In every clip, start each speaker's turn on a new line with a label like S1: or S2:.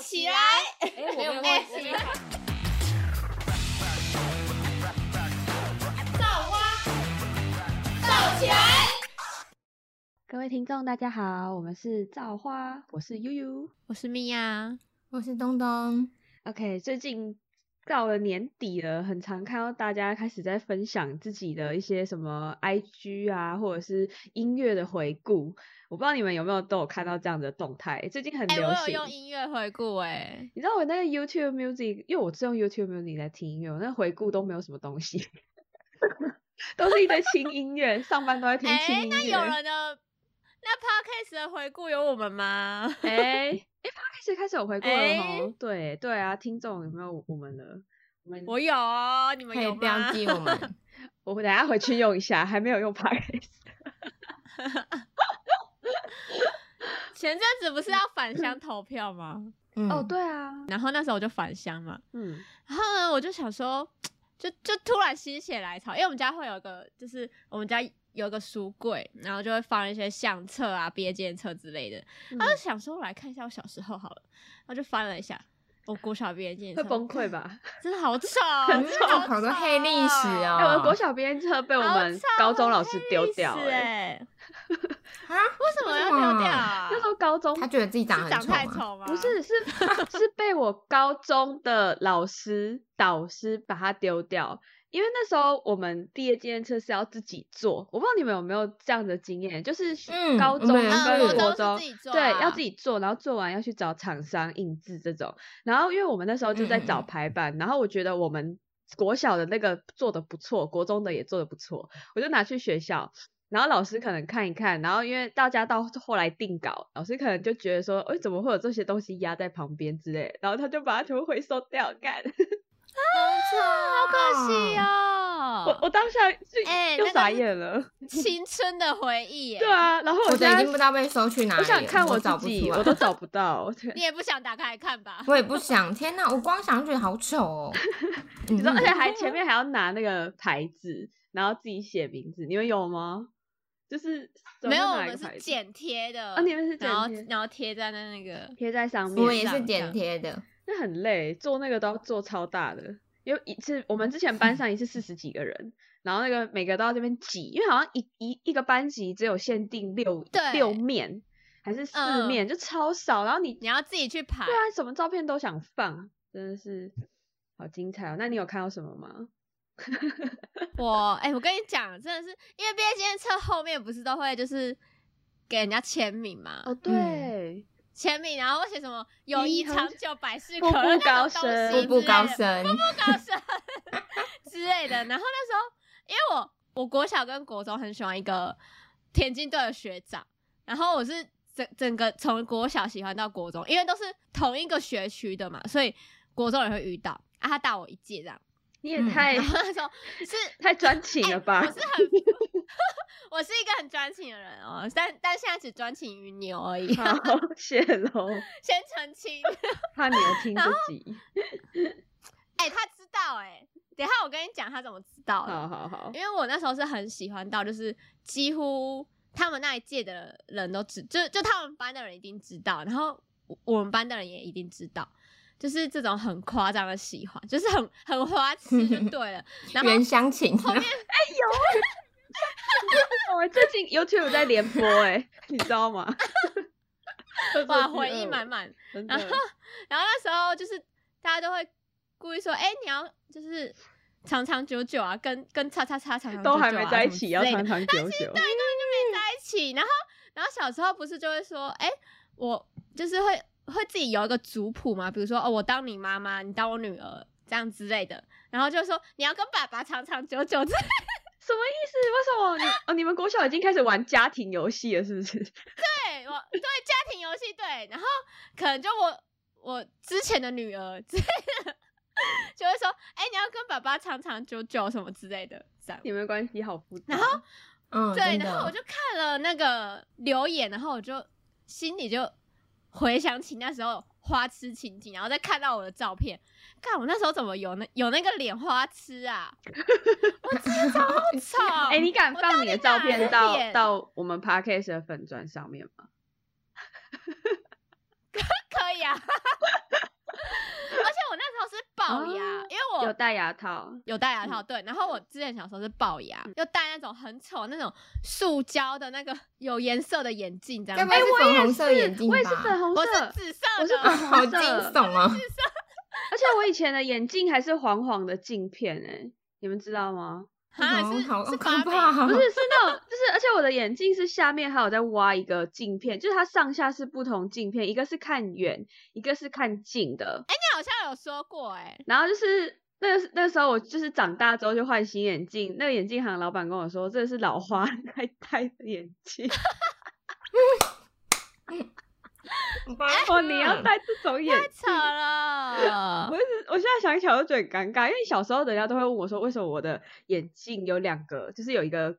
S1: 起来！
S2: 哎，我没有
S1: 哎
S2: 忘记。
S1: 造起来！
S3: 各位听众，大家好，我们是造花，我是悠悠。
S1: 我是米娅，
S4: 我是东东，
S3: OK，最近到了年底了，很常看到大家开始在分享自己的一些什么 IG 啊，或者是音乐的回顾。我不知道你们有没有都有看到这样的动态，最近很
S1: 哎、
S3: 流
S1: 我有
S3: 行。
S1: 用音乐回顾哎、
S3: 你知道我那个 YouTube Music，因为我是用 YouTube Music 来听音乐，我那回顾都没有什么东西， 都是一堆轻音乐，上班都在听
S1: 哎、
S3: 轻音乐。
S1: 那有人的那 podcast 的回顾有我们吗？
S3: 哎哎、他开始开始有回顾了
S1: 哎
S3: 哦。对对啊，听众有没有我们的？我们
S1: 我有哦，你们
S4: 可以
S1: 有
S4: 不要
S1: 吗？
S4: 记我们。
S3: 我等下回去用一下，还没有用 p o d
S1: 前阵子不是要返乡投票吗？
S4: 嗯
S3: 哦，，对啊，
S1: 然后那时候我就返乡嘛，
S3: 嗯，
S1: 然后呢，我就想说，就就突然心血来潮，因为我们家会有一个，就是我们家有一个书柜，然后就会放一些相册啊、别检册之类的。然
S3: 嗯
S1: 后就想说，我来看一下我小时候好了，然后就翻了一下。我国小毕业纪念册
S3: 会崩溃 吧？
S1: 真的好丑，
S3: 很
S1: 真的
S3: 丑
S4: 好多黑历史哦
S3: 哎、我的国小毕业册被我
S1: 好
S3: 们
S1: 丑
S3: 高中老师丢掉、
S1: 黑历史
S3: 哎，
S1: 哎，
S4: 啊，
S1: 为什么要丢掉啊？
S3: 那时候高中
S4: 他觉得自己长得
S1: 是
S4: 很
S1: 长
S4: 丑
S1: 太
S4: 吗？
S1: 丑吗？
S3: 不是是是被我高中的老师导师把它丢掉，因为那时候我们毕业纪念册是要自己做，我不知道你们有没有这样的经验，就是
S4: 嗯
S3: 高
S4: 我
S3: 中
S4: 们也
S3: 跟
S4: 是
S3: 国
S1: 高
S3: 中
S1: 中是自己做
S3: 对
S1: 啊
S3: 要自己做，然后做完要去找厂商印制这种，然后因为我们那时候就在
S4: 嗯嗯
S3: 找
S4: 嗯
S3: 排版，然后我觉得我们国小的那个做的不错，国中的也做的不错，我就拿去学校，然后老师可能看一看，然后因为大家到后来定稿，老师可能就觉得说，哎，怎么会有这些东西压在旁边之类的，然后他就把它全部回收掉。干，
S1: 啊好可惜
S3: 啊我
S1: 哦，
S3: 我当下就、
S1: 哎
S3: 就
S1: 那个
S3: 傻
S1: 是
S3: 眼了。
S1: 青春的回忆 耶
S3: 对。啊，然后
S4: 我
S3: 我
S4: 的
S3: 现
S4: 已
S3: 在
S4: 经不知道被收去哪里
S3: 我
S4: 了，
S3: 想看
S4: 我
S3: 自
S4: 找不
S3: 己，
S4: 出
S3: 我
S4: 来
S3: 都找不到。对
S1: 你也不想打开来看吧？
S4: 我也不想。天哪，我光想就觉得好丑哦。嗯你
S3: 你
S1: 嗯
S3: 知道，而且还前面还要拿那个牌子，然后自己写名字。你们有吗？就是手
S1: 没有，
S3: 上
S1: 我
S3: 拿一
S1: 们
S3: 个牌
S1: 是
S3: 子
S1: 剪贴的
S3: 啊，你们是剪
S1: 然后
S3: 贴
S1: 然后贴在那那个，
S3: 贴在上面。
S4: 我也是剪贴的，
S3: 那很累，做那个都要做超大的。有一次，我们之前班上一次四十几个人，然后那个每个都要这边挤，因为好像一一一个班级只有限定六
S1: 对
S3: 六面还是四
S1: 嗯
S3: 面，就超少。然后你
S1: 你要自己去排
S3: 对。啊，什么照片都想放，真的是好精彩哦。那你有看到什么吗？
S1: 我哎、我跟你讲，真的是因为毕业纪念册后面不是都会就是给人家签名嘛，
S3: 哦，对，
S1: 签名然后会写什么友谊
S3: 一和
S1: 长久，百事可
S3: 步
S1: 乐
S3: 步高
S1: 那种
S3: 升
S1: 东西之
S4: 步步
S1: 类
S4: 高
S1: 的
S4: 升。
S1: 高升之类的。然后那时候， 因为我我国小跟国中很喜欢一个田径队的学长，然后我是整整个从国小喜欢到国中，因为都是同一个学区的嘛，所以国中也会遇到啊，他大我一届这样。
S3: 你也
S4: 嗯
S3: 太、
S1: 然后那时候是
S3: 太专情
S1: 哎
S3: 了吧？
S1: 我是很。 我是一个很专情的人哦，但但现在只专情于牛而已，
S3: 好谢喽，
S1: 先澄清。
S3: 怕你有听自己。
S1: 哎、他知道哎、等一下我跟你讲他怎么知道的。
S3: 好好好，
S1: 因为我那时候是很喜欢到，就是几乎他们那一届的人都知，就就他们班的人一定知道，然后我我们班的人也一定知道，就是这种很夸张的喜欢，就是很很花痴就对 了。 然后
S4: 袁湘琴，
S3: 我们最近 YouTube 在联播哎、你知道吗？
S1: 哇，回忆满，满。
S3: 真的
S1: 然后，然后那时候就是大家都会故意说，哎、你要就是长长久久啊，跟跟叉叉叉长长久久、啊、
S3: 都还没在一起，要
S1: 什么之类的
S3: 长长久久。
S1: 在一起，然后然后小时候不是就会说，哎、我就是会会自己有一个族谱嘛，比如说哦，我当你妈妈，你当我女儿这样之类的，然后就说你要跟爸爸长长久久 之类的，
S3: 什么意思？为什么你哦？你们国小已经开始玩家庭游戏了，是不是？
S1: 对我对家庭游戏对，然后可能就我我之前的女儿 之类的，就会说，哎、你要跟爸爸长长久久什么之类的，这样。
S3: 你们关系好复杂。
S1: 然
S3: 哦
S1: 后
S4: 嗯，
S1: 对，
S4: 真
S1: 然后我
S4: 的
S1: 就看了那个留言，然后我就心里就回想起那时候花痴情景，然后再看到我的照片，看我那时候怎么有那有那个脸花痴啊！我真的超丑！
S3: 哎、你敢
S1: 我
S3: 放
S1: 到
S3: 你的
S1: 底
S3: 照
S1: 哪
S3: 片
S1: 来
S3: 到
S1: 脸
S3: 到我们 podcast 的粉砖上面吗？
S1: 可以啊？
S3: 有戴牙套，啊
S1: 有戴牙套，对。然后我之前小时候是龅牙，又戴那种很丑那种塑胶的那个有颜色的眼镜，这
S4: 该
S1: 样
S4: 不
S1: 子。
S4: 会
S3: 哎，
S4: 是
S3: 我
S4: 粉
S3: 也
S4: 红
S3: 是，
S4: 色眼镜吧
S3: 我也是粉红
S1: 我是
S3: 色，
S1: 紫色的，
S3: 我是
S4: 啊
S3: 粉
S4: 好
S3: 红
S4: 惊
S3: 色
S4: 悚啊！
S3: 而且我以前的眼镜还是黄黄的镜片哎、你们知道吗？
S1: 啊，
S4: 哦
S1: 是
S4: 好
S1: 是
S4: 可
S1: 发霉
S4: 怕，
S3: 不是，是那种，就是而且我的眼镜是下面还有在挖一个镜片，就是它上下是不同镜片，一个是看远，一个是看近的。
S1: 你好像有说过哎、
S3: 然后就是那个那时候我就是长大之后就换新眼镜，那个眼镜行老板跟我说这是老花 在戴的眼镜，
S4: 哎
S3: 哦，你
S4: 嗯
S3: 要戴这种眼
S1: 太扯了
S3: 我。一直我现在想起来我就觉得很尴尬，因为小时候人家都会问我说，为什么我的眼镜有两个，就是有一个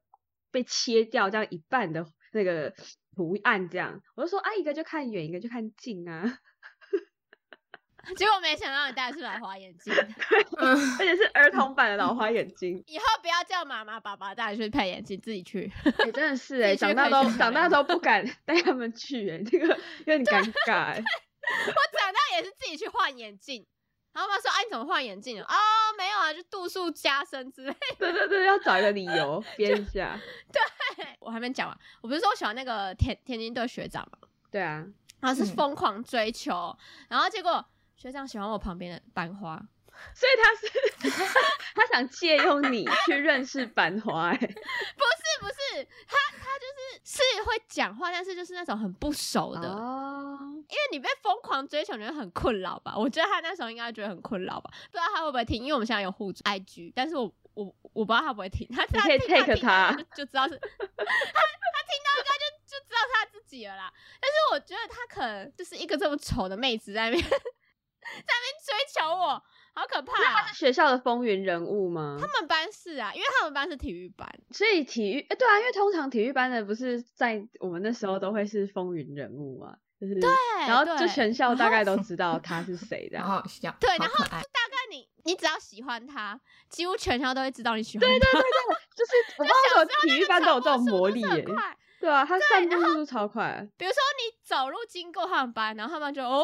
S3: 被切掉这样一半的那个图案这样，我就说啊，一个就看远，一个就看近啊，
S1: 结果没想到你戴的是老花眼镜，，
S4: 嗯
S3: 而且是儿童版的老花眼镜
S1: 以后不要叫妈妈、爸爸带你去配眼镜，自己去。
S3: 哎、真的是哎、
S1: 自己去
S3: 长大
S1: 看
S3: 都
S1: 小
S3: 长大
S1: 人
S3: 都不敢带他们去哎、 这个有点尴尬哎、
S1: 我长大也是自己去换眼镜，然后妈说：“哎、你怎么换眼镜了？”哦，没有啊，就度数加深之类。
S3: 对对对，要找一个理 由编一下，
S1: 我还没讲完，我不是说我喜欢那个天天津队学长嘛，
S3: 对啊，
S1: 然后是
S4: 嗯
S1: 疯狂追求，然后结果学长喜欢我旁边的班花，
S3: 所以他是 他想借用你去认识班花哎、
S1: 不是不是，他他就是是会讲话，但是就是那种很不熟的，
S3: 哦。
S1: 因为你被疯狂追求，你会很困扰吧？我觉得他那时候应该觉得很困扰吧，不知道他会不会听，因为我们现在有互 IG，但是我我我不知道他会不会听，他
S3: 你
S1: 他
S3: 可以
S1: 听他
S3: take
S1: 听
S3: 他
S1: 就就知道 是他他听到应该就就知道他自己了啦。但是我觉得他可能就是一个这么丑的妹子在那边 在那边追求我，好可怕、
S3: 他
S1: 哦！
S3: 是学校的风云人物吗？
S1: 他们班是啊，因为他们班是体育班，
S3: 所以体育，哎、对啊，因为通常体育班的不是在我们那时候都会是风云人物嘛，就是对，
S1: 对
S3: 然后
S1: 对
S3: 就全校大概都知道他是谁这
S4: 然
S3: 样。
S4: 后笑，
S1: 对
S4: 好
S1: 然
S4: 可爱，
S1: 大概你你只要喜欢他，几乎全校都会知道你喜欢他。
S3: 就是我不知
S1: 就
S3: 道
S1: 小
S3: 为什么体育班都有这种魔力
S1: 时候那
S3: 耶
S1: 个传播速度是、很快
S3: 对啊，他散步速度超快，
S1: 比如说你走路经过他们班，然后他们就哦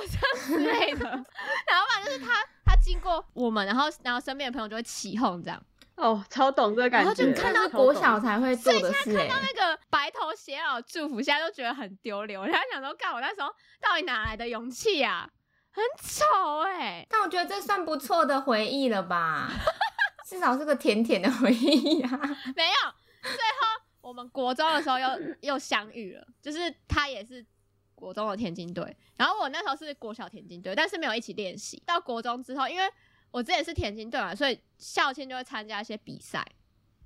S1: 这样之类的，然后反正就是他他经过我们，然后然后身边的朋友就会起哄这样。
S3: 哦，超懂这个感
S1: 然后
S3: 觉。
S1: 就看
S4: 看到
S3: 超
S4: 国
S3: 懂
S4: 小才会做的事
S1: 看
S4: 哎、
S1: 到那个白头偕老祝福，现在都觉得很丢脸。我现在想说，干我那时候到底哪来的勇气啊？很丑哎、
S4: 但我觉得这算不错的回忆了吧，至少是个甜甜的回忆啊。
S1: 没有。最后我们国中的时候又又相遇了，就是他也是国中的田径队，然后我那时候是国小田径队，但是没有一起练习。到国中之后，因为我之前是田径队嘛，所以校庆就会参加一些比赛。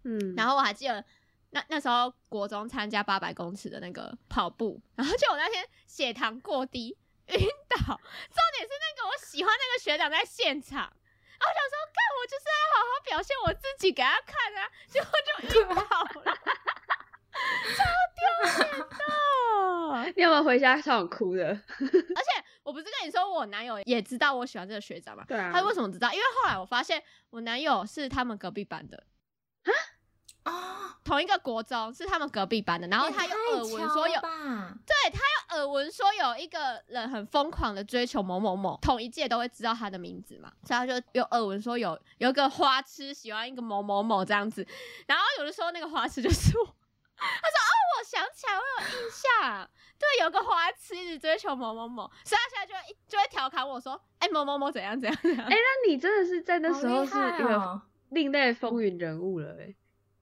S3: 嗯，
S1: 然
S3: 后
S1: 后我还记得那那时候国中参加八百公尺的那个跑步，然后就我那天血糖过低晕倒，重点是那个我喜欢那个学长在现场，然后我想说，干我就是要好好表现我自己给他看啊，结果就晕倒了，超丢脸的。
S3: 你有没有回家超想哭的？
S1: 我不是跟你说我男友也知道我喜欢这个学长吗？
S3: 对啊，
S1: 他为什么知道？因为后来我发现我男友是他们隔壁班的，
S4: 哦，
S1: 同一个国中是他们隔壁班的，然后
S4: 也
S1: 他又
S4: 太
S1: 耳闻
S4: 巧
S1: 说
S4: 了
S1: 有
S4: 吧，
S1: 耳闻说有一个人很疯狂的追求某某某，同一届都会知道他的名字嘛，所以他就有耳闻说有有一个花痴喜欢一个某某某这样子，然后有的时候那个花痴就是我，他说 哦，我想起来，我有印象，对，有个花痴一直追求某某某，所以他现在就会就会调侃我说，哎、某某某怎样怎样怎样，
S3: 哎、那你真的是在那
S4: 好
S3: 时候
S4: 厉
S3: 是
S4: 害
S3: 一个
S4: 哦
S3: 另类风云人物了、哎，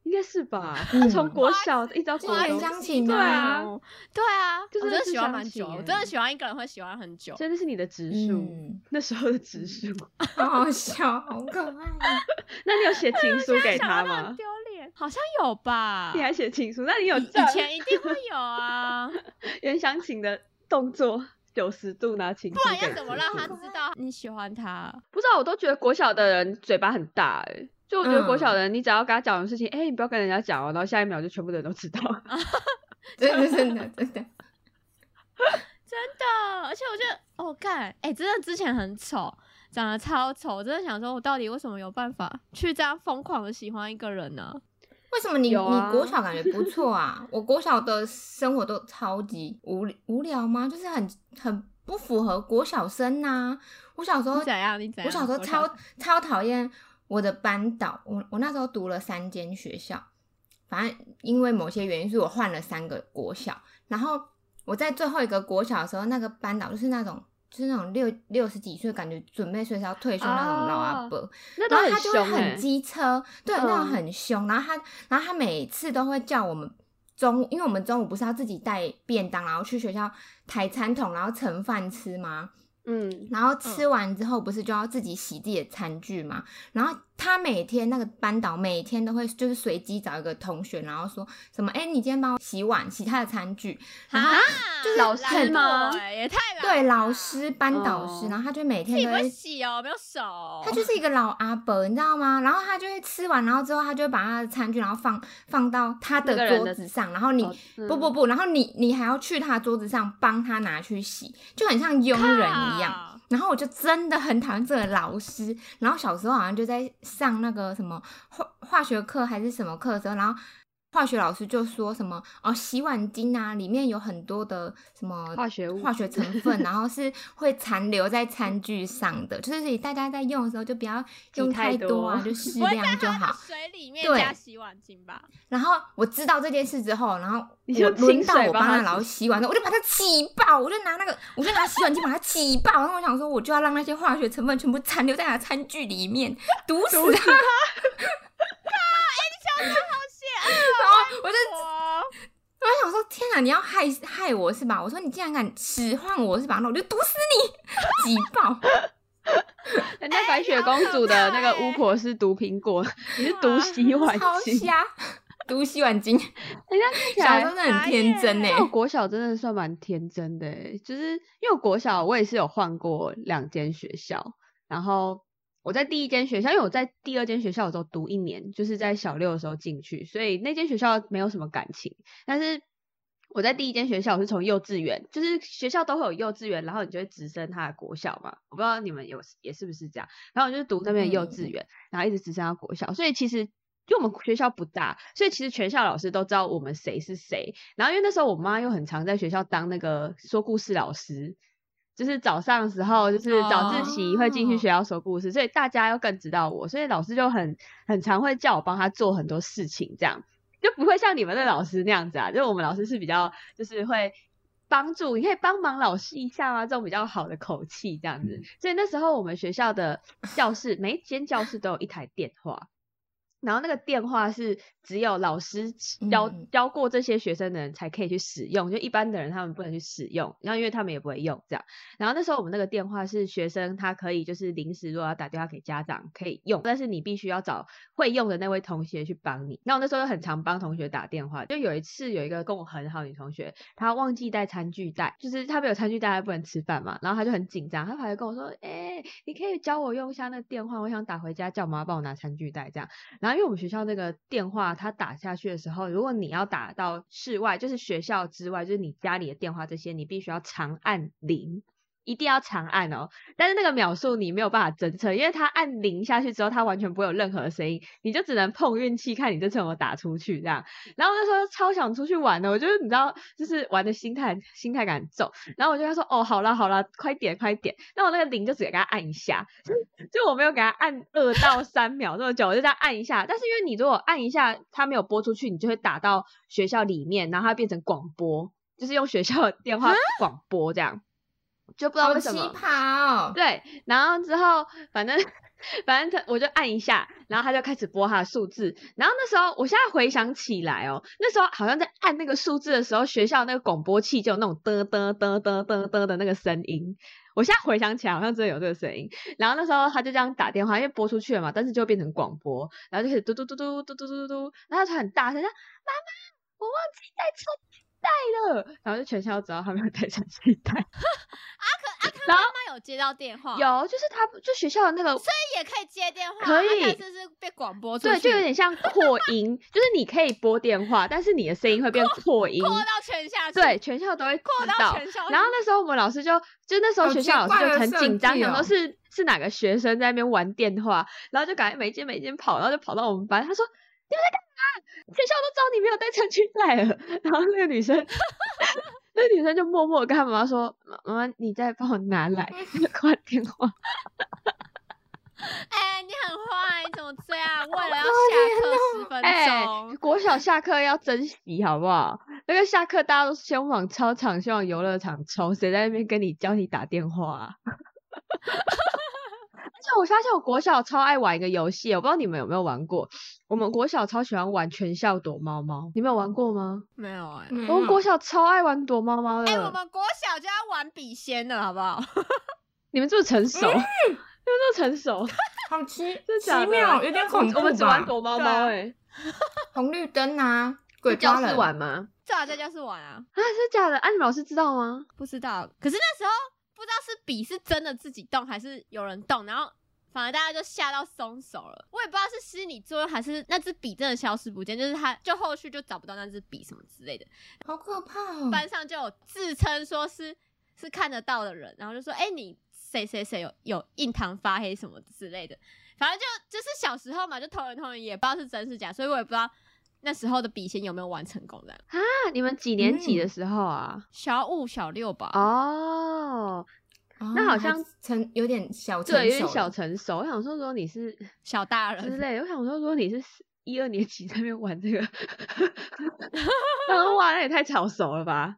S3: 应该是吧？他从
S4: 嗯
S3: 国小一直到
S1: 这
S4: 这
S3: 国
S1: 个
S4: 个
S3: 中
S4: 很，伤情
S3: 对啊
S1: 哦，对啊，
S3: 就
S1: 我
S3: 真的
S1: 真的
S3: 是
S1: 喜欢
S3: 相
S1: 蛮久
S3: 信
S1: 的，我
S3: 欸
S1: 真的
S4: 啊
S1: 喜欢一个人会喜欢很久，
S3: 真的是你的植树。
S4: 嗯，
S3: 那时候的植树，
S4: 好好笑，好可爱。啊
S3: 那你有写情书 给
S1: 想
S3: 他
S1: 到都很
S3: 吗？
S1: 丢脸，好像有吧？
S3: 你还写情书？那你有
S1: 以
S3: 照
S1: 以前一定会有 啊，不
S3: 袁湘琴的动作九十度拿情书
S1: 然
S3: 给
S1: 要怎么
S3: 植
S1: 让
S3: 树
S1: 他知道你喜欢他？
S3: 不知道，我都觉得国小的人嘴巴很大哎、就我觉得国
S4: 嗯
S3: 小的人，你只要跟他讲的事情，哎、你不要跟人家讲哦，然后下一秒就全部的人都知道。
S4: 真的真的真的，
S1: 真的，而且我觉得，哦，干，哎、真的之前很丑，长得超丑，我真的想说，我到底为什么有办法去这样疯狂的喜欢一个人呢、
S4: 为什么你、
S3: 有啊
S4: 你国小感觉不错啊？我国小的生活都超级无聊无聊吗？就是很很不符合国小生呐、我小时候
S1: 你怎样？你怎样？
S4: 我小时候超超讨厌我的班导，我我那时候读了三间学校，反正因为某些原因，所以我换了三个国小。然后我在最后一个国小的时候，那个班导就是那种就是那种六六十几岁，感觉准备随时要退休那种老阿伯，
S3: 那都
S4: 然后
S3: 很
S4: 他就会
S3: 凶哎、
S4: 很机车，对，那种
S3: 嗯
S4: 很凶。然后他，然后他每次都会叫我们中午，因为我们中午不是要自己带便当，然后去学校抬餐桶，然后盛饭吃吗？
S3: 嗯，
S4: 然后吃完之后不是就要自己洗自己的餐具嘛？然后他每天那个班导每天都会就是随机找一个同学，然后说什么，哎、你今天帮我洗碗，洗他的餐具，然后
S1: 啊，
S4: 就是
S3: 老师
S1: 懒惰
S3: 吗
S1: 欸也太懒
S4: 对
S1: 了
S4: 老
S1: 吧
S4: 师、班导师，
S3: 哦
S4: 然后他就每
S1: 自
S4: 天
S1: 己
S4: 都
S1: 不
S4: 会
S1: 会洗哦，没有手，
S4: 他就是一个老阿伯，你知道吗？然后他就会吃完，然后之后他就会把他的餐具，然后放放到他
S3: 那个
S4: 的
S3: 人
S4: 桌
S3: 的
S4: 子上，然后你、
S3: 哦
S4: 不不，不，然后你你还要去他的桌子上帮他拿去洗，就很像佣人一样。
S1: 靠。
S4: 然后我就真的很讨厌这个老师。然后小时候好像就在上那个什么化化学课还是什么课的时候，然后化学老师就说什么哦，洗碗巾啊里面有很多的什么
S3: 化学物
S4: 化学成 分，然后是会残留在餐具上的，就是大家在用的时候就不要用太
S3: 太
S4: 多 啊，
S3: 多
S4: 就适
S1: 不会在
S4: 量就
S1: 他的
S4: 好。
S1: 水里面
S4: 对
S1: 加洗碗巾吧？
S4: 然后我知道这件事之后，然后
S3: 你就
S4: 我轮
S3: 清
S4: 到
S3: 水
S4: 我
S3: 帮
S4: 帮
S3: 他
S4: 那老师洗碗的时候，我就把它挤爆，我就拿那个，我就拿洗碗机把它挤爆。然后我想说，我就要让那些化学成分全部残留在他的餐具里面，毒死
S3: 毒死
S4: 他。然
S1: 好 险
S4: 后我就
S1: 啊！
S4: 我还想说，天啊，你要害害我是吧？我说你竟然敢使唤我是吧？那我就毒死你，挤爆。
S3: 人
S4: 哎
S3: 家白雪公主的那个巫婆是毒苹果，你是毒 洗碗
S4: 超
S3: 巾，
S4: 瞎，毒洗碗巾。
S3: 人家听起
S4: 小时
S3: 来
S4: 候。真的很天真欸呢、
S3: 那我国小真的算蛮天真的欸，就是因为我国小我也是有换过两间学校，然后我在第一间学校，因为我在第二间学校我都读一年，就是在小六的时候进去，所以那间学校没有什么感情。但是我在第一间学校，我是从幼稚园，就是学校都会有幼稚园，然后你就会直升他的国小嘛。我不知道你们有也是不是这样，然后我就读那边的幼稚园，然后一直直升到国小，所以其实。因为我们学校不大，所以其实全校老师都知道我们谁是谁，然后因为那时候我妈又很常在学校当那个说故事老师，就是早上的时候就是早自习会进去学校说故事，所以大家又更知道我，所以老师就很很常会叫我帮他做很多事情，这样就不会像你们的老师那样子啊，就我们老师是比较就是会。帮助你可以帮忙老师一下啊，这种比较好的口气这样子。所以那时候我们学校的教室，每一间教室都有一台电话，然后那个电话是只有老师教、
S4: 嗯
S3: 教过这些学生的人才可以去使用，就一般的人他们不能去使用，然后因为他们也不会用这样。然后那时候我们那个电话是学生他可以就是临时如果要打电话给家长可以用，但是你必须要找会用的那位同学去帮你。那我那时候就很常帮同学打电话，就有一次有一个跟我很好的女同学，她忘记带餐具袋，就是她没有餐具袋，她不能吃饭嘛，然后她就很紧张，她跑来跟我说：“哎、你可以教我用一下那个电话，我想打回家叫我妈帮我拿餐具袋这样。”然后因为我们学校那个电话，它打下去的时候，如果你要打到室外，就是学校之外，就是你家里的电话这些，你必须要长按零，一定要长按哦。但是那个秒数你没有办法侦测，因为它按零下去之后，它完全不会有任何声音，你就只能碰运气，看你这次有没有打出去这样。然后那时候超想出去玩的，我就是你知道，就是玩的心态心态感很重。然后我就跟他说：“哦，好啦好啦，快点快点。”那我那个铃就只给他按一下，就我没有给他按二到三秒这么久，我就这样按一下。但是因为你如果按一下，它没有播出去，你就会打到学校里面，然后它变成广播，就是用学校的电话广播这样，就不知道
S4: 啊好
S3: 为什
S4: 奇
S3: 么。
S4: 葩哦！
S3: 对，然后之后反正反正他我就按一下，然后他就开始拨他的数字。然后那时候我现在回想起来哦，那时候好像在按那个数字的时候，学校那个广播器就有那种嘚嘚嘚嘚嘚嘚的那个声音。我现在回想起来，好像真的有这个声音。然后那时候他就这样打电话，因为播出去了嘛，但是就变成广播，然后就开始嘟嘟嘟嘟嘟嘟嘟嘟，然后他就很大声，他妈妈，我忘记带餐具袋了。”然后就全校知道他没有带餐具袋，
S1: 他妈妈有接到电话，
S3: 有就是他就学校的那个
S1: 这也可以接电话，
S3: 可以
S1: 啊但是是被广播出去，
S3: 对，就有点像扩音，就是你可以拨电话，但是你的声音会变扩音
S1: 扩，到全下去，
S3: 对，，全校都会
S1: 扩
S3: 知
S1: 到
S3: 道。
S1: 全校去，
S3: 然后那时候我们老师就，就那时候
S4: 好
S3: 学
S4: 奇
S3: 校老师
S4: 怪
S3: 就
S4: 的
S3: 很
S4: 设
S3: 紧张，
S4: 计
S3: 想
S4: 哦
S3: 说是是哪个学生在那边玩电话，然后就赶快每一间每一间跑，然后就跑到我们班，他说 你们在干嘛？学校都知道你没有带餐具袋了。然后那个女生，那女生就默默地跟她妈妈说：“妈妈，你再帮我拿来，挂电话。
S1: 哎、你很坏，你怎么这样？为了要下课十分
S3: 哎
S1: 钟，
S3: 国小下课要珍惜，好不好？那个下课大家都先往操场、先往游乐场冲，谁在那边跟你教你打电话、啊？ 而且我发现我国小超爱玩一个游戏，我不知道你们有没有玩过。我们国小超喜欢玩全校躲猫猫，你们有玩过吗？
S1: 没有哎、
S4: 嗯
S3: 我们国小超爱玩躲猫猫的。
S1: 哎、我们国小就要玩笔仙了，好不好？
S3: 你们这么成熟，你们这么成熟，
S4: 好奇
S3: 真的假
S4: 嗯
S3: 的
S4: 奇妙，有点恐怖
S3: 我们只玩
S4: 吧？
S3: 躲猫
S1: 对
S3: 猫
S1: 啊
S3: 哎、欸，
S4: 红绿灯啊，
S3: 在
S4: 鬼抓
S3: 教室
S4: 人，
S3: 玩吗？
S1: 最好在教室玩啊，
S3: 啊，是假的？啊，你们老师知道吗？
S1: 不知道。可是那时候不知道是笔是真的自己动还是有人动，然后反而大家就吓到松手了。我也不知道是心理作用还是那支笔真的消失不见，就是它就后续就找不到那支笔什么之类的。
S4: 好可怕
S3: 嗯
S4: 哦！
S1: 班上就有自称说是是看得到的人，然后就说：“哎、你谁谁谁有有印堂发黑什么之类的。”反正就就是小时候嘛，就同人同人也不知道是真是假，所以我也不知道那时候的笔仙有没有玩成功的。
S3: 啊，你们几年级
S4: 嗯
S3: 的时候啊？
S1: 小五、小六吧，
S3: 哦，
S4: 哦
S3: 那好
S4: 还
S3: 像
S4: 成有点小成熟
S3: 对，有点
S4: 了
S3: 小成熟。我想说，如果 你是
S1: 小大
S3: 之
S1: 人，
S3: 类，我想说，如果你是一二年级在那边玩这 个， 然后哇，那也太早熟了吧！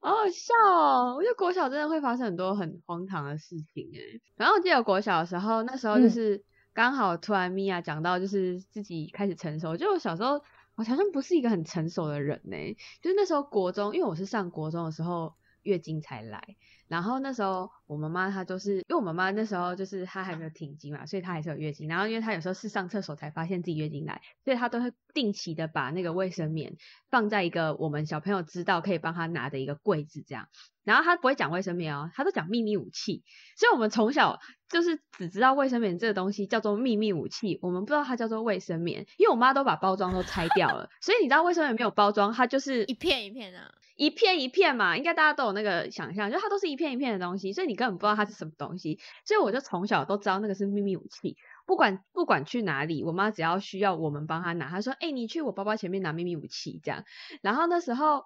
S3: 好好笑哦！我觉得国小真的会发生很多很荒唐的事情哎。然后我记得我国小的时候，那时候就
S4: 嗯
S3: 是刚好突然米娅讲到，就是自己开始成熟。就我小时候，我好像不是一个很成熟的人呢。就是那时候国中，因为我是上国中的时候月经才来，然后那时候我妈妈她就是因为我妈妈那时候就是她还没有停经嘛，所以她还是有月经。然后因为她有时候是上厕所才发现自己月经来，所以她都会定期的把那个卫生棉放在一个我们小朋友知道可以帮她拿的一个柜子这样。然后她不会讲卫生棉哦，她都讲秘密武器。所以我们从小就是只知道卫生棉这个东西叫做秘密武器，我们不知道它叫做卫生棉，因为我妈都把包装都拆掉了，所以你知道卫生棉没有包装，它就是
S1: 一片一片啊，
S3: 一片一片嘛，应该大家都有那个想象，就它都是一片一片的东西，所以你根本不知道它是什么东西。所以我就从小都知道那个是秘密武器，不管不管去哪里，我妈只要需要我们帮她拿，她说：“哎、你去我包包前面拿秘密武器。”这样。然后那时候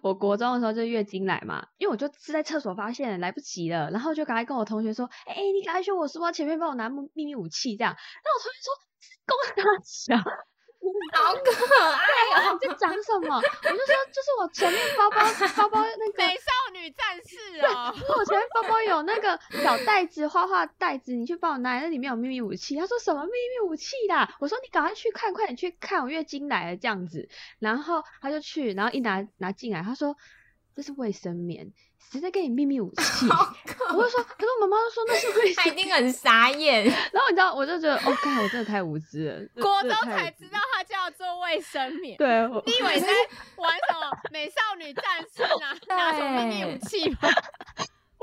S3: 我国中的时候就月经来嘛，因为我就是在厕所发现来不及了，然后就赶快跟我同学说：“哎、你赶快去我书包前面帮我拿秘秘密武器。”这样。然后我同学说：“公大小。”
S4: 好可爱
S3: 然后在讲什么？我 就说，就是我前面包包包包那个
S1: 美少女战士 哦，
S3: 因为我前面包包有那个小袋子、画画袋子，你去帮我拿，那里面有秘密武器。他说什么秘密武器啦？我说你赶快去看，快点去看，我月经来了这样子。然后他就去，然后一拿拿进来，他说这是卫生棉，谁在给你秘密武器？
S4: 哦，好可
S3: 我就说，可是我妈妈就说那是卫
S4: 爱，他
S3: 生
S4: 一定很傻眼。
S3: 然后你知道，我就觉得，哦，干，我真的太无知 了，真的
S1: 国
S3: 真
S1: 中
S3: 的太
S1: 才
S3: 无
S1: 知
S3: 知
S1: 道。它叫做卫生棉。
S3: 对，我
S1: 你以为在玩什么美少女战士 啊？拿什么秘密武器吗？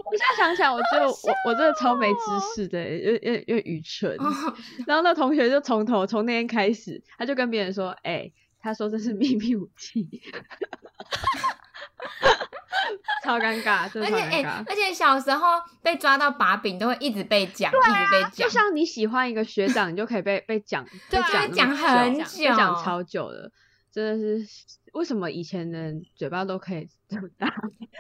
S3: 我现在想起来，我觉得我我真的超没知识的，又又又愚蠢。
S4: 哦
S3: 然后那同学就从头从那天开始，他就跟别人说：“哎、他说这是秘密武器。” 超尴尬，真
S4: 而且
S3: 的超
S4: 哎、
S3: 尴尬。
S4: 而且小时候被抓到把柄都会一直被讲，一直被
S3: 啊就
S4: 讲，
S3: 像你喜欢一个学长，你就可以被被讲，
S1: 对
S3: 被
S1: 啊
S3: 讲
S4: 讲
S3: 那么
S4: 很
S3: 久被讲
S4: 久
S3: 超久的，真的是为什么以前的人嘴巴都可以这么大？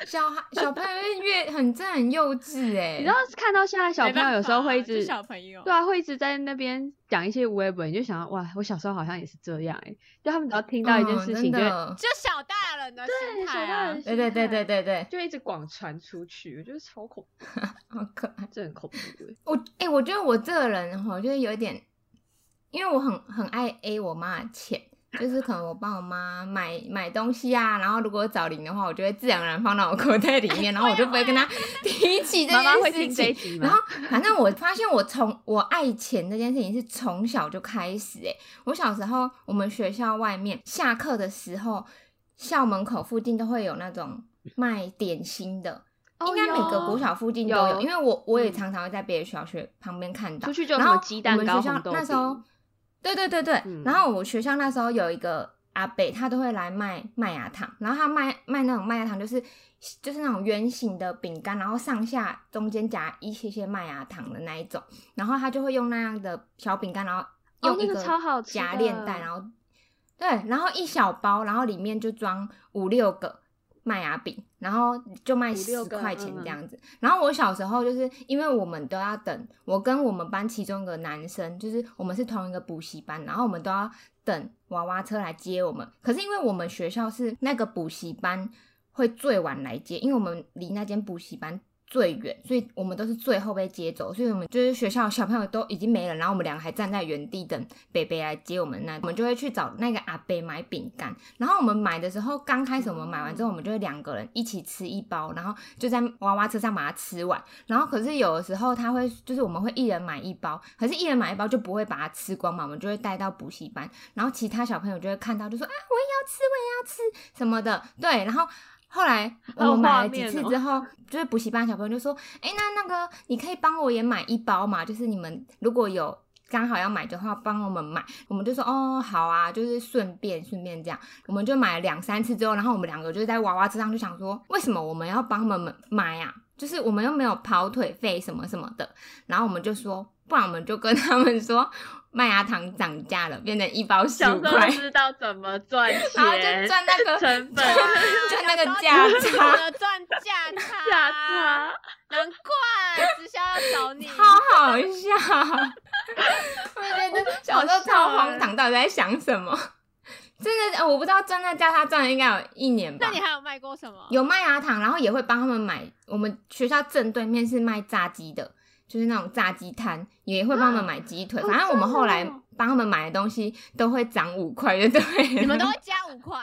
S4: 小孩小朋友越很真的很幼稚哎、
S3: 你知道看到现在小
S1: 没
S3: 朋
S1: 办
S3: 友有时候
S1: 法
S3: 会一
S1: 就
S3: 直
S1: 小朋友
S3: 对啊，会一直在那边讲一些无微博，你就想到哇，我小时候好像也是这样哎、就他们只要听到一件
S4: 嗯
S3: 事
S4: 真
S3: 情就会，
S4: 的
S1: 就小大人的心态啊，
S3: 对
S4: 对对对对对对，
S3: 就一直广传出去，我觉得超恐怖，
S4: 好可爱。
S3: 这很恐怖欸
S4: 我哎、我觉得我这个人哈，就是有一点，因为我很很爱 A 我妈的钱，就是可能我帮我妈买买东西啊，然后如果找零的话，我就会自然而然放到我口袋里 面，然后我就不会跟她提起这
S3: 啊妈妈会
S4: 件
S3: 听
S4: 事
S3: 这一
S4: 情。
S3: 集
S4: 然
S3: 吗
S4: 后？，反正我发现我从我爱钱这件事情是从小就开始、欸。我小时候我们学校外面下课的时候，校门口附近都会有那种卖点心的，
S3: 哦
S4: 应该每个国
S3: 有
S4: 小附近都有，
S3: 有
S4: 因为我我也
S3: 嗯
S4: 常常会在别的小学旁边看到
S3: 出。去就有
S4: 然
S3: 什么
S4: 后
S3: 鸡蛋
S4: 我
S3: 糕、
S4: 们学校
S3: 红豆
S4: 那时候
S3: 饼，
S4: 对对对对，
S3: 嗯
S4: 然后我学校那时候有一个阿北，他都会来卖麦芽糖，然后他卖卖那种麦芽糖，就是就是那种圆形的饼干，然后上下中间夹一些些麦芽糖的那一种，然后他就会用那样的小饼干，然后用
S3: 哦那
S4: 一
S3: 个超好吃
S4: 夹
S3: 的
S4: 链带，然后对，然后一小包，然后里面就装五六个麦芽饼，然后就卖
S3: 五六
S4: 十
S3: 个
S4: 块钱这
S3: 嗯
S4: 样子。然后我小时候就是因为我们都要等，我跟我们班其中一个男生，就是我们是同一个补习班，然后我们都要等娃娃车来接我们。可是因为我们学校是那个补习班会最晚来接，因为我们离那间补习班。最远，所以我们都是最后被接走，所以我们就是学校小朋友都已经没了，然后我们两个还站在原地等北北来接我们那，我们就会去找那个阿北买饼干，然后我们买的时候，刚开始我们买完之后，我们就会两个人一起吃一包，然后就在娃娃车上把它吃完。然后可是有的时候他会，就是我们会一人买一包，可是一人买一包就不会把它吃光嘛，我们就会带到补习班，然后其他小朋友就会看到就说啊，我也要吃，我也要吃什么的，对，然后。后来我
S3: 好有
S4: 们买
S3: 画
S4: 了几
S3: 面
S4: 次
S3: 哦
S4: 之后，就是补习班小朋友就说：“哎、那那个你可以帮我也买一包嘛？就是你们如果有刚好要买的话，帮我们买。”我们就说：“哦，好啊，就是顺便顺便这样。”我们就买了两三次之后，然后我们两个就在娃娃车上就想说，为什么我们要帮他们买啊？就是我们又没有跑腿费什么什么的，然后我们就说，不然我们就跟他们说，麦芽糖涨价了，变成一包十
S3: 小
S4: 五
S3: 时候
S4: 块
S3: 就，知道怎么 赚
S4: 然后就
S3: 钱，
S4: 赚那个
S3: 成
S4: 对
S3: 本
S4: 啊赚那个价差，
S1: 的赚价差，啊
S3: 价差。
S1: 难怪啊直销要找 你。
S4: 超好笑。 我觉得小时候超荒 唐，到底在想什么？真的，呃我不知道赚那价差赚了应该有一年吧。
S1: 那你还有卖过什么？
S4: 有麦芽糖，然后也会帮他们买。我们学校正对面是卖炸鸡的，就是那种炸鸡摊，也会帮他们买鸡腿。
S3: 好
S4: 反正我们后来
S3: 赞哦
S4: 帮他们买的东西都会涨五块，就对了。
S1: 你 们都会加五块，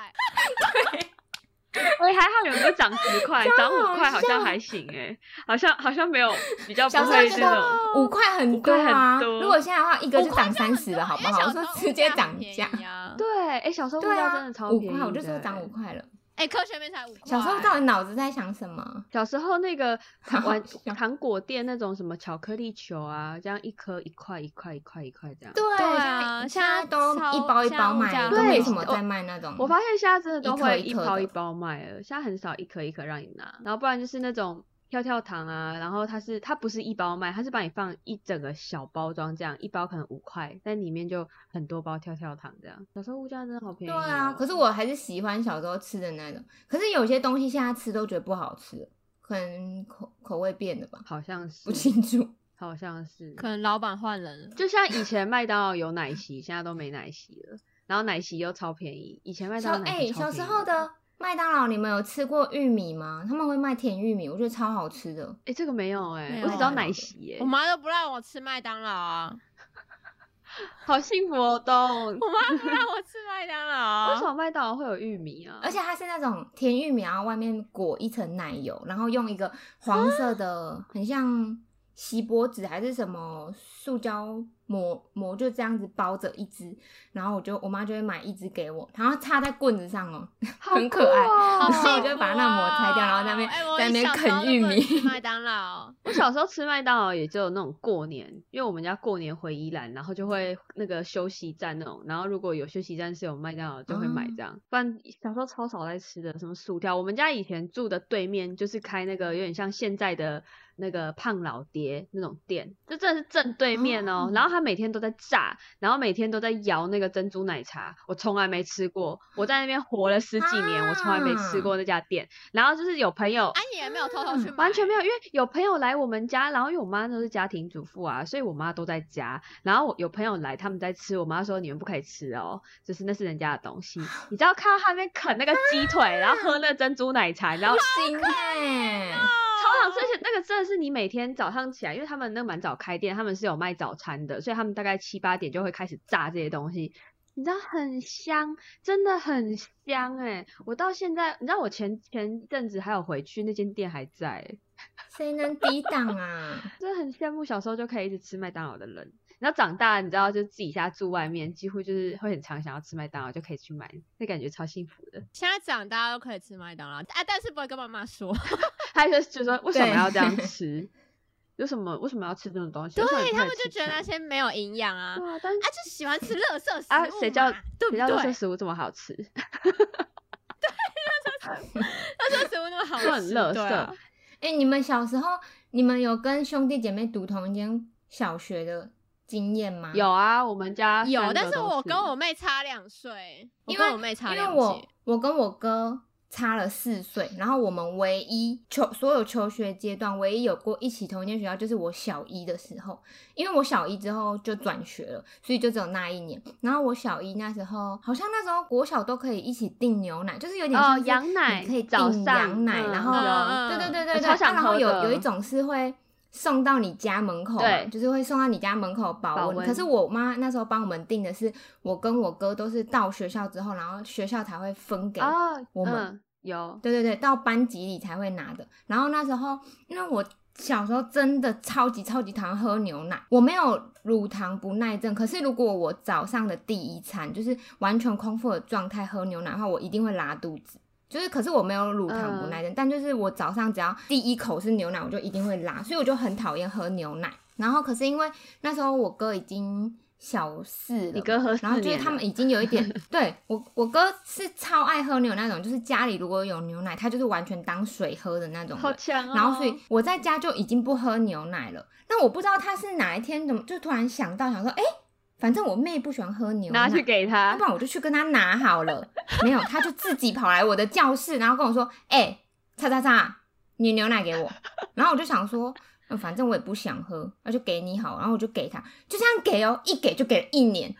S3: 哎，还好有没有涨十块，涨五块好像还行哎，好像好像没有比较不
S4: 小时候
S3: 会
S4: 觉
S3: 这种。
S4: 得五块很多
S3: 五块
S4: 啊，
S3: 很多
S4: 如果现在的话，一个就涨三十了，好
S1: 因
S4: 不
S1: 为
S4: 好？
S1: 小
S4: 我
S1: 时
S4: 说
S1: 候
S4: 直接
S1: 物价
S4: 涨
S1: 很便
S4: 价，
S1: 宜啊。
S3: 对，哎，小时候物
S4: 对
S3: 料
S4: 啊
S3: 真的，超
S4: 五
S3: 便宜
S4: 块
S3: 的，
S4: 我就说涨五块了。
S1: 哎，科学面才五块。
S4: 小时候到底脑子在想什么？
S3: 小时候那个
S4: 好
S3: 玩
S4: 笑
S3: 糖果店那种什么巧克力球啊，这样一颗一块一块一块一块这样。
S4: 对
S1: 啊
S4: 现
S1: 现
S4: 在
S1: 在
S4: 都
S1: 超
S4: 一包一包
S1: 现在物
S4: 卖，
S1: 价
S4: 都没
S3: 对
S4: 什么
S3: 我
S4: 在卖那种。
S3: 我发现现在真的都会
S4: 一
S3: 一
S4: 颗一颗
S3: 包
S4: 的
S3: 一包卖了，现在很少一颗一颗让你拿，然后不然就是那种跳跳糖啊，然后它是它不是一包卖，它是帮你放一整个小包装这样，一包可能五块，但里面就很多包跳跳糖这样。小时候物价真的好便宜、哦
S4: 对啊，可是我还是喜欢小时候吃的那种。可是有些东西现在吃都觉得不好吃了，可能口口味变了吧，
S3: 好像
S4: 不
S3: 是，
S4: 清楚。
S3: 好像是，
S1: 可能老板换人了，
S3: 就像以前麦当劳有奶昔，现在都没奶昔了，然后奶昔又超便宜，以前麦
S4: 小
S3: 当劳奶
S4: 哎、
S3: 昔超
S4: 小
S3: 便
S4: 时
S3: 宜
S4: 候的麦当劳，你们有吃过玉米吗？他们会卖甜玉米，我觉得超好吃的。
S3: 哎、这个没有哎、
S1: 没有
S3: 我只知
S4: 啊
S3: 道奶昔哎、
S1: 我妈都不让我吃麦当劳 啊，
S3: 好幸福哦，东。
S1: 我妈不让我吃麦当劳
S3: 为
S1: 啊
S3: 什。么麦当劳会有玉米啊？
S4: 而且它是那种甜玉米，然后外面裹一层奶油，然后用一个黄色的，很像锡箔纸还是什么塑胶膜膜，就这样子包着一只。然后我就我妈就会买一只给我，然后插在棍子上哦，
S3: 好
S4: 很可爱
S3: 酷
S1: 好
S3: 哦
S4: 然后我
S1: 幸
S4: 就
S1: 福
S4: 把那膜拆掉，然后在那边、
S1: 哦哎我
S4: 在那边
S1: 小时候
S4: 啃
S1: 都
S4: 玉
S1: 不能吃
S4: 米。
S1: 麦当劳，
S3: 我小时候吃麦当劳也就有那种过年，因为我们家过年回宜兰，然后就会那个休息站那种，然后如果有休息站是有麦当劳就会买这样，不然小时候超少在吃的，什么薯条。我们家以前住的对面就是开那个有点像现在的那个胖老爹那种店，这真的是正对面哦。
S4: 哦
S3: 然后他每天都在炸，然后每天都在摇那个珍珠奶茶，我从来没吃过，我在那边活了十几年，我从来没吃过那家店。然后就是有朋友
S1: 安妮也没有偷偷去买，
S3: 嗯完全没有，因为有朋友来我们家，然后因为我妈都是家庭主妇啊，所以我妈都在家。然后我有朋友来，他们在吃，我妈说你们不可以吃哦，就是那是人家的东西。你知道看到他那边啃那个鸡腿，然后喝那珍珠奶茶， 然后
S4: 心哎、
S3: 超好吃，而且那个真的是你每天早上起来，因为他们那蛮早开店，他们是有卖早餐的，所以他们大概七八点就会开始炸这些东西。你知道很香，真的很香哎、我到现在，你知道我前前阵子还有回去那间店还在欸、
S4: 谁能抵挡啊？
S3: 真的很羡慕小时候就可以一直吃麦当劳的人。然后长大了，你知道，就自己家住外面，几乎就是会很常想要吃麦当劳，就可以去买，那感觉超幸福的。
S1: 现在长大都可以吃麦当劳啊，但是不会跟妈妈说。
S3: 还有就是觉得说为什么
S4: 对
S3: 要这样吃？有什么为什么要吃这种东西？
S1: 对
S3: 为什么你不
S1: 他
S3: 能
S1: 们就
S3: 吃
S1: 觉得那
S3: 饭
S1: 些没有营养啊，
S3: 对啊，但是
S1: 啊就喜欢吃垃圾食物嘛，
S3: 啊，谁叫
S1: 对不对？
S3: 谁叫
S1: 垃
S3: 这
S1: 圾
S3: 些
S1: 食
S3: 食物这么好吃？
S1: 物那么好吃，
S3: 就很垃圾
S1: 对啊
S4: 哎、你们小时候，你们有跟兄弟姐妹读同一间小学的经验吗？
S3: 有啊，我们家三
S1: 有，
S3: 个
S1: 但是
S3: 都
S1: 我跟
S3: 是
S1: 我妹差两岁，我
S4: 因
S1: 跟
S4: 为
S1: 我妹差
S4: 因为
S1: 两
S4: 我
S1: 岁，
S4: 我跟我哥差了四岁，然后我们唯一求所有求学阶段唯一有过一起同一间学校，就是我小一的时候，因为我小一之后就转学了，所以就只有那一年。然后我小一那时候，好像那时候国小都可以一起订牛奶，就是有点像
S2: 哦
S4: 是
S2: 羊奶
S4: 你可以
S2: 早
S4: 订
S2: 上
S4: 羊奶，
S3: 嗯
S4: 然后
S3: 有
S4: 对对对
S2: 我
S4: 对对，
S2: 超想
S4: 啊然后
S2: 喝
S4: 有
S2: 的
S4: 有一种是会送到你家门口嘛，
S2: 对
S4: 就是会送到你家门口保温。
S2: 保温
S4: 可是我妈那时候帮我们订的是，我跟我哥都是到学校之后，然后学校才会分给
S2: 哦，
S4: 我们
S2: 嗯有
S4: 对对对，到班级里才会拿的。然后那时候，因为我小时候真的超级超级讨厌喝牛奶，我没有乳糖不耐症。可是如果我早上的第一餐就是完全空腹的状态喝牛奶的话，我一定会拉肚子。就是，可是我没有乳糖不耐症，但就是我早上只要第一口是牛奶，我就一定会拉，所以我就很讨厌喝牛奶。然后，可是因为那时候我哥已经小四了，
S2: 你哥喝四
S4: 然后就是
S2: 年
S4: 他
S2: 了
S4: 们已经有一 点，对我我哥是超爱喝牛奶那种，就是家里如果有牛奶，他就是完全当水喝的那种人。
S2: 好强哦，
S4: 然后所以我在家就已经不喝牛奶了。那我不知道他是哪一天怎么就突然想到，想说，哎、反正我妹不喜欢喝牛奶，
S3: 拿去给
S4: 要
S3: 他
S4: 不，然我就去跟他拿好了。没有，他就自己跑来我的教室，然后跟我说：“哎、叉叉叉，你牛奶给我。”然后我就想说，呃反正我也不想喝，那就给你好了。然后我就给他，就这样给哦，一给就给了一年，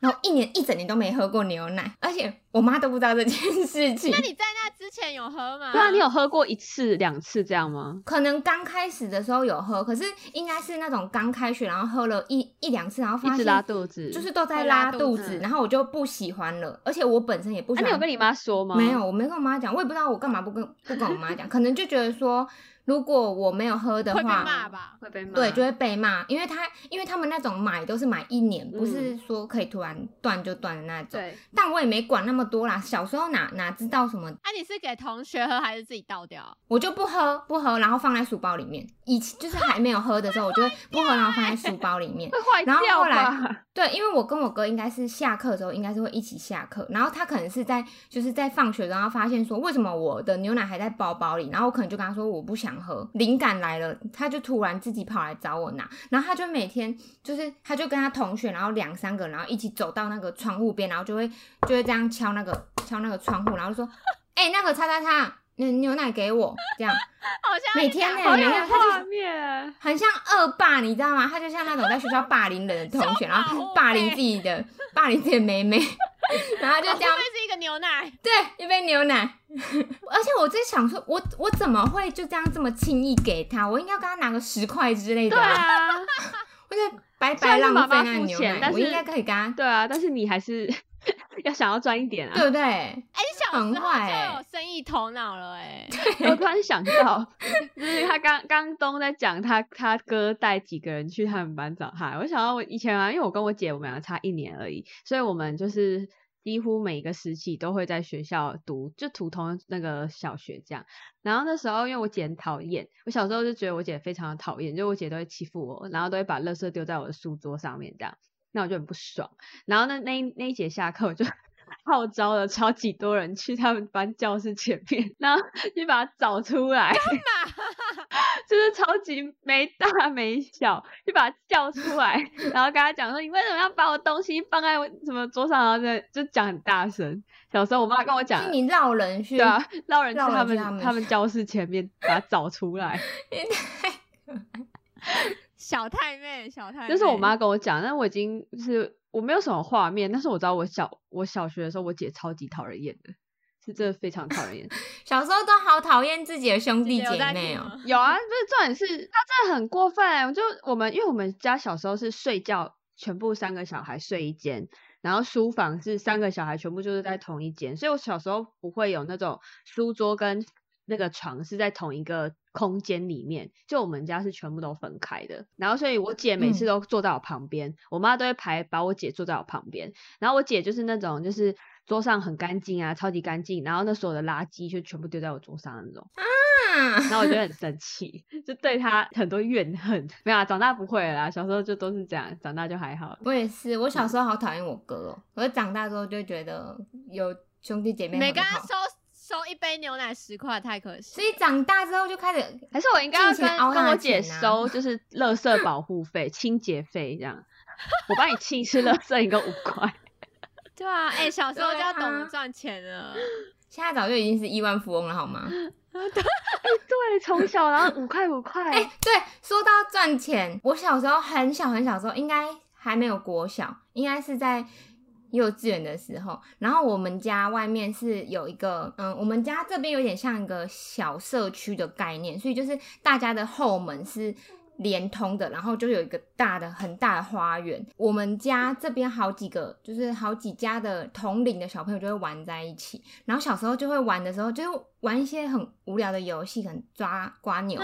S4: 然后一年一整年都没喝过牛奶，而且我妈都不知道这件事情
S1: 那。你在那之前有喝吗？
S3: 对啊，你有喝过一次、两次这样吗？
S4: 可能刚开始的时候有喝，可是应该是那种刚开学，然后喝了一一两次，然后
S3: 一
S4: 发
S3: 直拉
S4: 现
S3: 肚子，
S4: 就是都在
S1: 会拉
S4: 拉
S1: 肚
S4: 肚
S1: 子
S4: 子，然后我就不喜欢了，而且我本身也不
S3: 那、
S4: 喜
S3: 啊你有
S4: 欢
S3: 跟你妈说吗？
S4: 没有，，我没跟我妈讲，我也不知道我干嘛不跟不跟我妈 讲，可能就觉得说，如果我没有喝的
S1: 会被骂
S4: 话，
S1: 吧？
S2: 会被骂，
S4: 对，就会被骂，因为他因为他们那种买都是买一年，不
S1: 嗯
S4: 是说可以突然断就断的那种。
S2: 对，
S4: 但我也没管那么多啦，小时候哪哪知道什么，
S1: 啊，你是给同学喝还是自己倒掉？
S4: 我就不喝不喝，然后放在书包里面。以前就是还没有喝的时候，我就会不喝，然后放在书包里面。
S2: 会坏
S4: 然后
S2: 掉
S4: 后来
S2: 吧？
S4: 对，因为我跟我哥应该是下课的时候，应该是会一起下课。然后他可能是在就是在放学，然后发现说为什么我的牛奶还在包包里，然后我可能就跟他说我不想喝。灵感来了，他就突然自己跑来找我拿，然后他就每天就是他就跟他同学，然后两三个，然后一起走到那个窗户边，然后就会就会这样敲那个敲那个窗户，然后就说，哎、那个叉叉叉，那牛奶给我，这样
S1: 好像
S4: 每天呢、
S3: 好
S4: 每
S3: 有
S4: 天他就
S3: 画面，
S4: 很像恶霸，你知道吗？他就像那种在学校霸凌人的同学，然后霸凌自己的霸凌自己的妹妹， 然哦后就
S1: 就
S4: 这样
S1: 会是一个牛奶，哎
S4: 对一杯牛奶。 而且我在想说，我我怎么会就这样这么轻易给他？我应该跟他拿个十块之类的
S2: 对
S4: 吧，
S2: 啊，
S4: 我就白
S3: 虽
S4: 白
S3: 然是
S4: 浪
S3: 妈
S4: 费
S3: 妈
S4: 那
S3: 付
S4: 牛
S3: 钱
S4: 奶
S3: 但，
S4: 我
S3: 是
S4: 应该可以跟他，
S3: 对啊，但是你还是 要想要赚一点啊
S4: 对。不对？
S1: 哎、你小
S4: 很
S1: 时候
S4: 坏欸
S1: 就有生意头脑了哎、
S3: 我突然想到，就是他刚刚东在讲他他哥带几个人去他们班找他，我想到我以前啊，因为我跟我姐我们俩差一年而已，所以我们就是几乎每个时期都会在学校读，就读同那个小学这样。然后那时候因为我姐很讨厌，我小时候就觉得我姐非常的讨厌，就我姐都会欺负我，然后都会把垃圾丢在我的书桌上面这样，那我就很不爽。然后那那一那一节下课我就。 号召了超级多人去他们班教室前面，然后 去把他找出来，就是超级没大没小，就把他叫出来，然后跟他讲说：“你为什么要把我东西放在我什么桌上？”然后在就讲很大声。小时候我妈跟我讲
S4: 是，你绕人去，
S3: 啊对 啊，让人去
S4: 绕人
S3: 他
S4: 去
S3: 们
S4: 他们
S3: 他们教室前面把他找出来。
S1: 小太妹，小太妹，
S3: 这是我妈跟我讲，但我已经就是我没有什么画面，但是我知道我小我小学的时候，我姐超级讨人厌的，是真的非常讨人厌。
S4: 小时候都好讨厌自己的兄弟
S1: 姐姐有
S4: 姐
S1: 在
S4: 妹
S1: 听
S4: 哦、
S1: 吗
S3: 有啊，不 是重点是他真的很过分、欸。我就我们因为我们家小时候是睡觉，全部三个小孩睡一间，然后书房是三个小孩全部就是在同一间，所以我小时候不会有那种书桌跟那个床是在同一个空间里面，就我们家是全部都分开的。然后所以我姐每次
S4: 嗯
S3: 都坐在我旁边，我妈都会排把我姐坐在我旁边，然后我姐就是那种就是。桌上很干净啊，超级干净，然后那所有的垃圾就全部丢在我桌上的那种。
S4: 嗯，
S3: 然后我就很生气， 就对他很多怨恨。 没有、啊，长大不会了啦，小时候就都是这样，长大就还好。
S4: 我也是，我小时候好讨厌我哥哦、可是长大之后就觉得有兄弟姐妹
S1: 每
S4: 很
S1: 跟他
S4: 好。
S1: 收收一杯牛奶十块，太可惜
S4: 所。以长大之后就开始，
S3: 还是我应该要
S4: 尽情地
S3: 跟
S4: 凹
S3: 跟
S4: 他
S3: 我
S4: 的
S3: 姐
S4: 钱啊
S3: 收，就是垃 圾保护费、清洁费这样。我帮你清一次垃圾，一个五块。
S1: 对啊，哎、小时候就要懂
S4: 对啊
S1: 得赚钱了。
S4: 现在早就已经是亿万富翁了，好吗？
S3: 对，从小然后五块五块，
S4: 哎、对，说到赚钱，我小时候很小很小的时候，应该还没有国小，应该是在幼稚园的时候。然后我们家外面是有一个，嗯，我们家这边有点像一个小社区的概念，所以就是大家的后门是。连通的，然后就有一个大的、很大的花园。我们家这边好几个，就是好几家的同龄的小朋友就会玩在一起。然后小时候就会玩的时候，就是玩一些很无聊的游戏，可能抓瓜牛，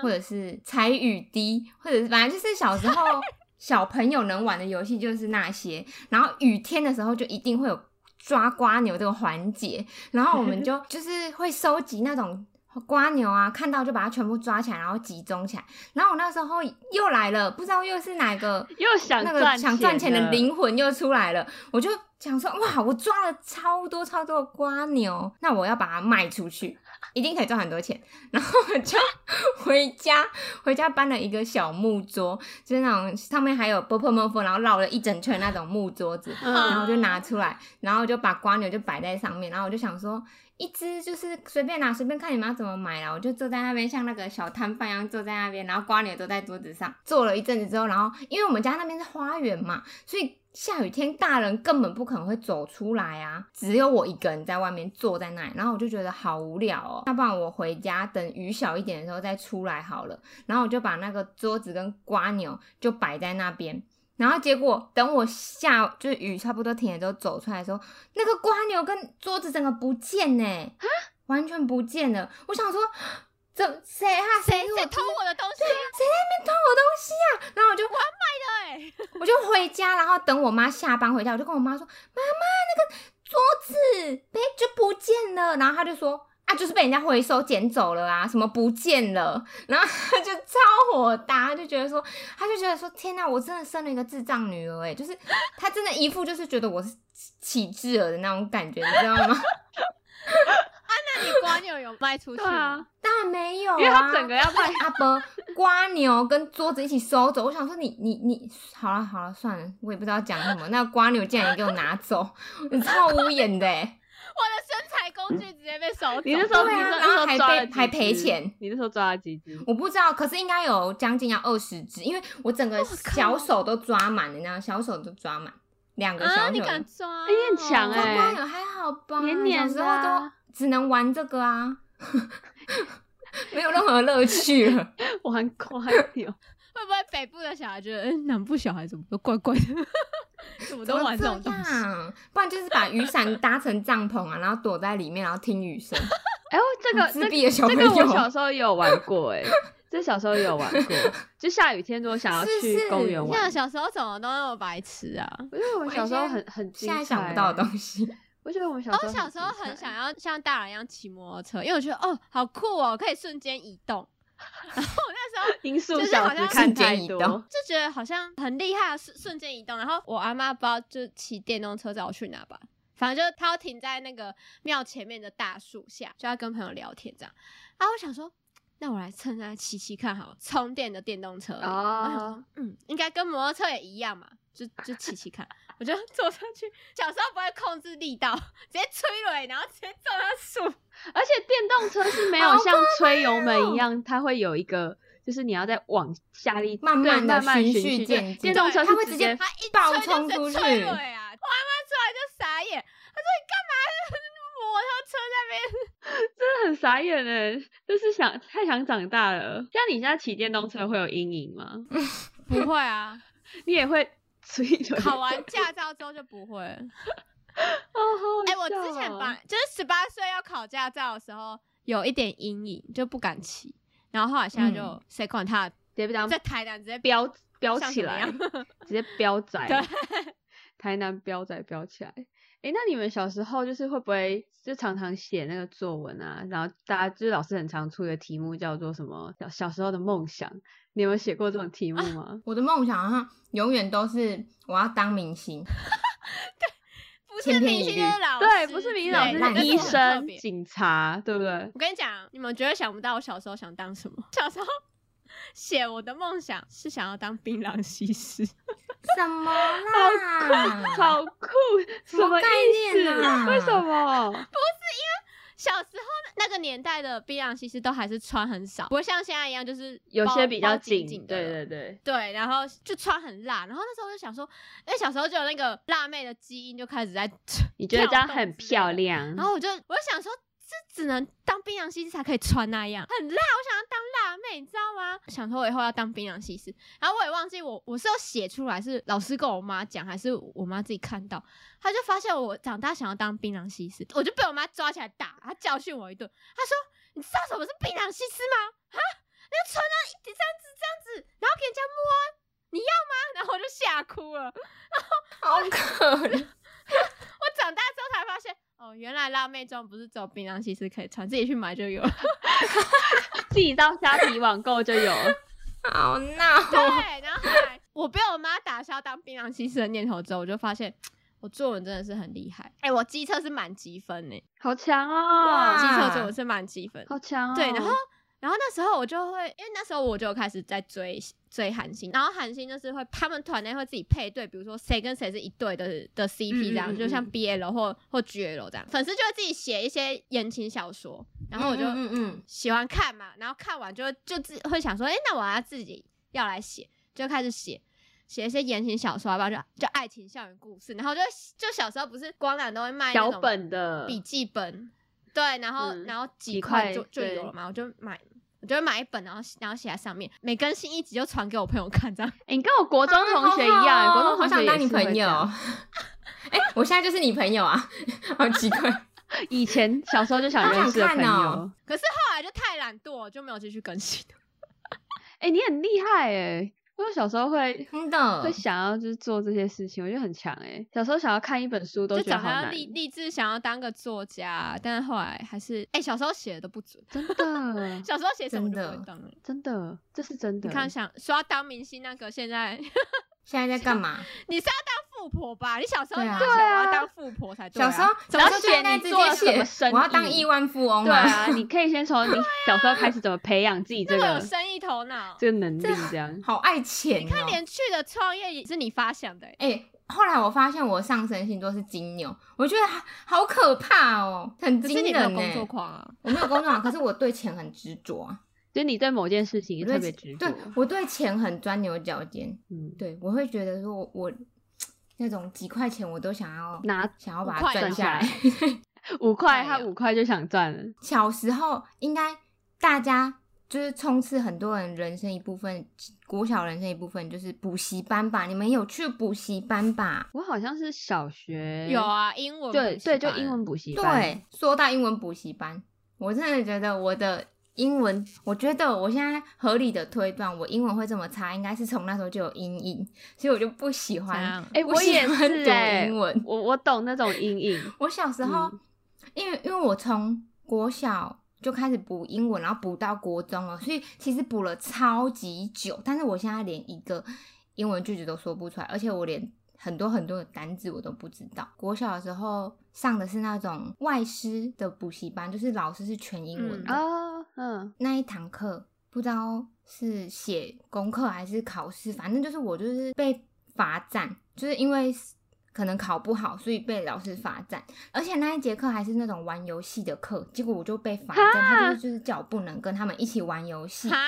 S4: 或者是踩雨滴，或者是反正就是小时候小朋友能玩的游戏就是那些。然后雨天的时候就一定会有抓瓜牛这个环节，然后我们就就是会收集那种。瓜牛啊，看到就把它全部抓起来，然后集中起来。然后我那时候又来了，不知道又是哪个
S3: 又想
S4: 那个
S3: 赚
S4: 想赚钱
S3: 钱
S4: 的
S3: 了
S4: 灵魂又出来了，我就想说，哇，我抓了超多超多的瓜牛，那我要把它卖出去，一定可以赚很多钱。然后我就 回家，回家搬了一个小木桌，就是那种上面还有波波摩佛，然后绕了一整圈那种木桌子，
S3: 嗯
S4: 然后我就拿出来，然后就把瓜牛就摆在上面，然后我就想说。一只就是随便拿，随便看你们要怎么买啦。我就坐在那边，像那个小摊贩一样坐在那边，然后瓜牛都在桌子上坐了一阵子之后，然后因为我们家那边是花园嘛，所以下雨天大人根本不可能会走出来啊，只有我一个人在外面坐在那里，然后我就觉得好无聊哦，要不然我回家等雨小一点的时候再出来好了。然后我就把那个桌子跟瓜牛就摆在那边。然后结果等我下就是雨差不多停了之后走出来的时候，那个瓜牛跟桌子整个不见呢、
S1: 啊
S4: 完全不见了。我想说，怎谁啊？谁
S1: 谁偷我的东西？
S4: 偷我东西啊？然后我就
S1: 对，
S4: 我就回家，然后等我妈下班回家，我就跟我妈说：“妈妈，那个桌子被就不见了。”然后她就说：“啊，就是被人家回收捡走了啊，什么不见了。”然后她就超火大，她就觉得说，她就觉得说：“天哪，我真的生了一个智障女儿哎！”就是她真的一副就是觉得我是启智儿的那种感觉，你知道吗？
S1: 那你瓜牛有卖出去
S3: 对
S1: 吗？
S3: 啊，
S4: 当然没有、啊，
S3: 因为他整个要卖，
S4: 阿伯瓜牛跟桌子一起收走。我想说你你你，好了好了，算了，我也不知道讲什么。那个瓜牛竟然也给我拿走，你超无眼的哎、
S1: 我的身材工具直接被 收走。
S3: 你那时候
S4: 对
S3: 你
S4: 啊
S3: 那
S4: 然后
S3: 那时
S4: 还
S3: 候抓
S4: 被
S3: 了几
S4: 还赔
S3: 只
S4: 钱，
S3: 你那时候抓了几只？
S4: 我不知道，可是应该有将近要二十只，因为我整个小手都抓满了，那样小手都抓满，两个小
S1: 啊，
S4: 手
S1: 你
S4: 都。
S1: 敢抓？
S3: 哎你很强
S4: 抓
S3: 哎
S4: 瓜牛还好吧？
S3: 黏黏
S4: 小时
S3: 的
S4: 候
S3: 啊
S4: 都只能玩这个啊， 没有任何乐 趣了。
S3: 玩 瓜牛，
S1: 会不会北部的小孩觉得，嗯，南部小孩怎么都怪怪的， 怎么
S4: 怎
S1: 都
S4: 么
S1: 玩这种东西？
S4: 样？不然就是把雨伞搭成帐篷啊，然后躲在里面，然后听雨声。
S3: 哎呦，这个
S4: 好自
S3: 这
S4: 闭的小
S3: 这
S4: 朋
S3: 个我
S4: 友
S3: 小时候也有玩过哎、这小时候也有玩过，就下雨天如果想要
S4: 是
S3: 去
S4: 是
S3: 公园玩啊
S1: 像，小时候怎么都那么白痴啊！
S3: 我觉得我们小时候很很精
S4: 现在想
S3: 彩
S4: 不到的
S3: 欸
S4: 东西，
S3: 我觉得我们小
S1: 哦
S3: 时候
S1: 我小时候
S3: 精
S1: 很
S3: 彩
S1: 想要像大人一样骑摩托车，因为我觉得哦，好酷哦，可以瞬间移动。然后我那时候
S3: 因素
S1: 就是
S3: 小
S1: 好
S3: 子
S1: 像
S3: 看
S4: 瞬间
S3: 太
S4: 移
S3: 多，
S4: 动
S1: 就觉得好像很厉害，瞬瞬间移动。然后我阿妈不知道就骑电动车载我去哪吧，反正就是她要停在那个庙前面的大树下，就要跟朋友聊天这样。啊，我想说，那我来趁它骑骑看好了，充电的电动车而已我想
S3: 哦
S1: 说，嗯，应该跟摩托车也一样嘛，就就骑骑看。我就坐上去，小时候不会控制力道， 直接吹了，欸然后直接撞到树。
S3: 而且电动车是没有
S4: 好哦
S3: 像吹油门一样，它会有一个，就是你要再往下力，
S4: 嗯慢
S3: 对
S4: 慢地
S3: 慢慢
S4: 循
S3: 循
S4: 序
S3: 序
S4: 渐
S3: 对
S4: 进
S3: 电动车
S4: 它会直
S3: 是直
S4: 接
S3: 接
S1: 他一
S4: 爆
S1: 吹就
S4: 冲
S1: 直
S4: 出
S1: 吹
S4: 去
S1: 了啊！我阿妈出来就傻眼，她说你干嘛？摩托车在那边，
S3: 真的很傻眼哎， 就是想太想长大了。像你现在骑电动车会有阴影吗？
S1: 不会啊，
S3: 你也会 吹油 门？
S1: 考完驾照之后就不会了。
S3: 哦，
S1: 哎、
S3: 好好
S1: 我之前
S3: 笑哦
S1: 把就是十八岁要考驾照的时候有一点阴影，就不敢骑。然后后来现在就
S4: 嗯
S1: 谁管他，
S3: 直接这样
S1: 在台南直接飙。
S3: 飙飙
S1: 像
S3: 起
S1: 什么
S3: 来
S1: 样，
S3: 直接飙仔
S1: 对，
S3: 台南飙仔飙起来。哎，那你们小时候就是会不会就常常写那个作文啊？然后大家就是老师很常出的题目叫做什么小小时候的梦想，你有没有写过这种题目吗？
S4: 我的梦想好像永远都是我要当明星，
S1: 不是
S4: 千篇
S1: 明
S4: 一
S1: 星
S4: 律
S1: 就是 老师，
S3: 对，不是明老师，
S4: 烂
S3: 是
S4: 死
S3: 医
S4: 了
S3: 生、警察，对不对？
S1: 我跟你讲，你们绝对想不到我小时候想当什么。小时候写我的梦想是想要当槟榔西施，
S4: 什么啦？
S3: 好酷，
S4: 什么
S3: 么意
S4: 概念
S3: 思？
S4: 啊
S3: 为什么？
S1: 小时候那那个年代的槟榔西施都还是穿很少，不会像现在一样，就是
S3: 有
S1: 包
S3: 些比较
S1: 包紧
S3: 紧，
S1: 的了。
S3: 对对对，
S1: 对，然后就穿很辣，然后那时候我就想说，因为小时候就有那个辣妹的基因就开始在
S3: 你觉得这样
S1: 跳动
S3: 很
S1: 之类
S3: 漂
S1: 的哦
S3: 亮？
S1: 然后我就我就想说，这只能当槟榔西施才可以穿那样，很辣。我想要当辣妹，你知道吗？想说我以后要当槟榔西施。然后我也忘记我我是有写出来，是老师跟我妈讲，还是我妈自己看到？她就发现我长大想要当槟榔西施，我就被我妈抓起来打，她教训我一顿。她说：“你知道什么是槟榔西施吗？啊，那个穿到一这样子这样子，然后给人家摸，你要吗？”然后我就吓哭了。
S4: 好可怜。
S1: 我长大之后才发现，哦，原来辣妹装不是只有槟榔西施可以穿，自己去买就有了。
S3: 自己到虾皮网购就有了。
S4: 好闹
S1: 对，然后后来我被我妈打消当槟榔西施的念头之后，我就发现我作文真的是很厉害。哎、我机测是满积分呢、
S3: 好强哦！
S1: 机
S4: 哇
S1: 测作文是满积分。
S3: 好强哦！
S1: 对，然后然后那时候我就会，因为那时候我就开始在追追韩星，然后韩星就是会他们团内会自己配对，比如说谁跟谁是一对的的 CP 这样，
S3: 嗯嗯嗯
S1: 就像
S3: 嗯
S1: BL 或或 GL 这样，粉丝就会自己写一些言情小说，然后我就
S4: 嗯嗯嗯
S1: 喜欢看嘛，然后看完就就自会想说，哎、那我要自己要来写，就开始写。写一些言情小说，要不然就就爱情校园故事，然后就就小时候不是光南都会卖那
S3: 小
S1: 种
S3: 本的
S1: 笔记本，对，然后、
S3: 嗯
S1: 然后几
S3: 几
S1: 块
S3: 块
S1: 就就
S3: 对
S1: 有了嘛，我就买，我就会买一本，然后然后写在上面，每更新一集就传给我朋友看，这样。
S3: 欸你跟我国中同学一样，
S4: 啊好好
S3: 国
S4: 哦
S3: 中同
S4: 好
S3: 学
S4: 想
S3: 也
S4: 当你
S3: 是会
S4: 朋
S3: 这
S4: 友。
S3: 样。
S4: 哎、我现在就是你朋友啊，好奇怪。
S3: 以前小时候就想
S4: 好想
S3: 认识的
S4: 看
S3: 朋友，哎、
S4: 哦
S1: 可是后来就太懒惰了，就没有继续更新。
S3: 你很厉害哎、因为小时候会
S4: 真的
S3: 会，想要就是做这些事情，我觉得很强哎、小时候想要看一本书都
S1: 就
S3: 觉得
S1: 长
S3: 好
S1: 大要
S3: 难，
S1: 立立志想要当个作家，但是后来还是哎、小时候写的都不准，
S3: 真的
S1: 小时候写什么
S4: 真
S1: 都
S4: 的
S1: 不会当了。
S3: 真的，这是真的。
S1: 你看，想说要当明星那个，现在
S4: 现在在干嘛？
S1: 你是要当富婆吧？你小时候
S4: 对啊
S1: 哪想我要
S3: 对啊
S1: 当富婆才对、
S4: 小
S1: 啊。
S4: 时候，
S3: 只
S4: 小
S3: 要
S4: 时候就
S3: 写
S4: 应该
S3: 你
S4: 直
S3: 做了
S4: 接
S3: 什么生
S4: 写，我要当
S3: 意
S4: 亿万富翁
S3: 对啊，你可以先从你小时候开始怎么培养自己这
S1: 这么有
S3: 个
S1: 生意头脑，
S3: 这个能力，这样
S4: 好爱钱、哦。
S1: 那连去的创业也是你发想的、欸，
S4: 哎、后来我发现我上升星座是金牛，我觉得好好可怕哦，很
S1: 只是
S4: 惊
S1: 你没有
S4: 人呢、
S1: 工作狂啊。
S4: 我没有工作啊，可是我对钱很执着啊，
S3: 就是你对某件事情
S4: 我
S3: 特
S4: 对
S3: 别
S4: 钱
S3: 执着
S4: 对。我对钱很钻牛角尖，
S3: 嗯，
S4: 对我会觉得说我我那种几块钱我都想要
S3: 拿
S4: 想要把
S1: 五块
S4: 它赚
S1: 拿
S4: 下
S3: 下
S4: 来。
S3: 五块，
S1: 对
S3: 他
S1: 啊
S3: 五块就想赚了。
S4: 小时候应该大家就是冲刺很多人人生一部分，国小人生一部分就是补习班吧，你们有去补习班吧？
S3: 我好像是小学
S1: 有，啊，英文
S3: 对
S1: 补习
S3: 对，就
S1: 班
S3: 英文补习班。
S4: 对，说到英文补习班，我真的觉得我的英文，我觉得我现在合理的推断，我英文会这么差，应该是从那时候就有阴影，所以我就不喜
S1: 怎
S4: 欢，
S1: 样？
S3: 哎、
S4: 不
S3: 我
S4: 喜
S3: 也
S4: 欢
S3: 是
S4: 读
S3: 哎、
S4: 英文
S3: 我我懂那种 阴影。
S4: 我小时候，因为因为我从国小就开始补英文，然后补到国中了，所以其实补了超级久。但是我现在连一个英文句子都说不出来，而且我连很多很多的单字我都不知道。国小的时候上的是那种外师的补习班，就是老师是全英文的。
S1: 嗯
S3: 啊，嗯，
S4: 那一堂课不知道是写功课还是考试，反正就是我就是被罚站，就是因为可能考不好，所以被老师罚站。而且那一节课还是那种玩游戏的课，结果我就被罚站，
S3: 哈
S4: 他就就是叫我不能跟他们一起玩游戏，
S1: 啊，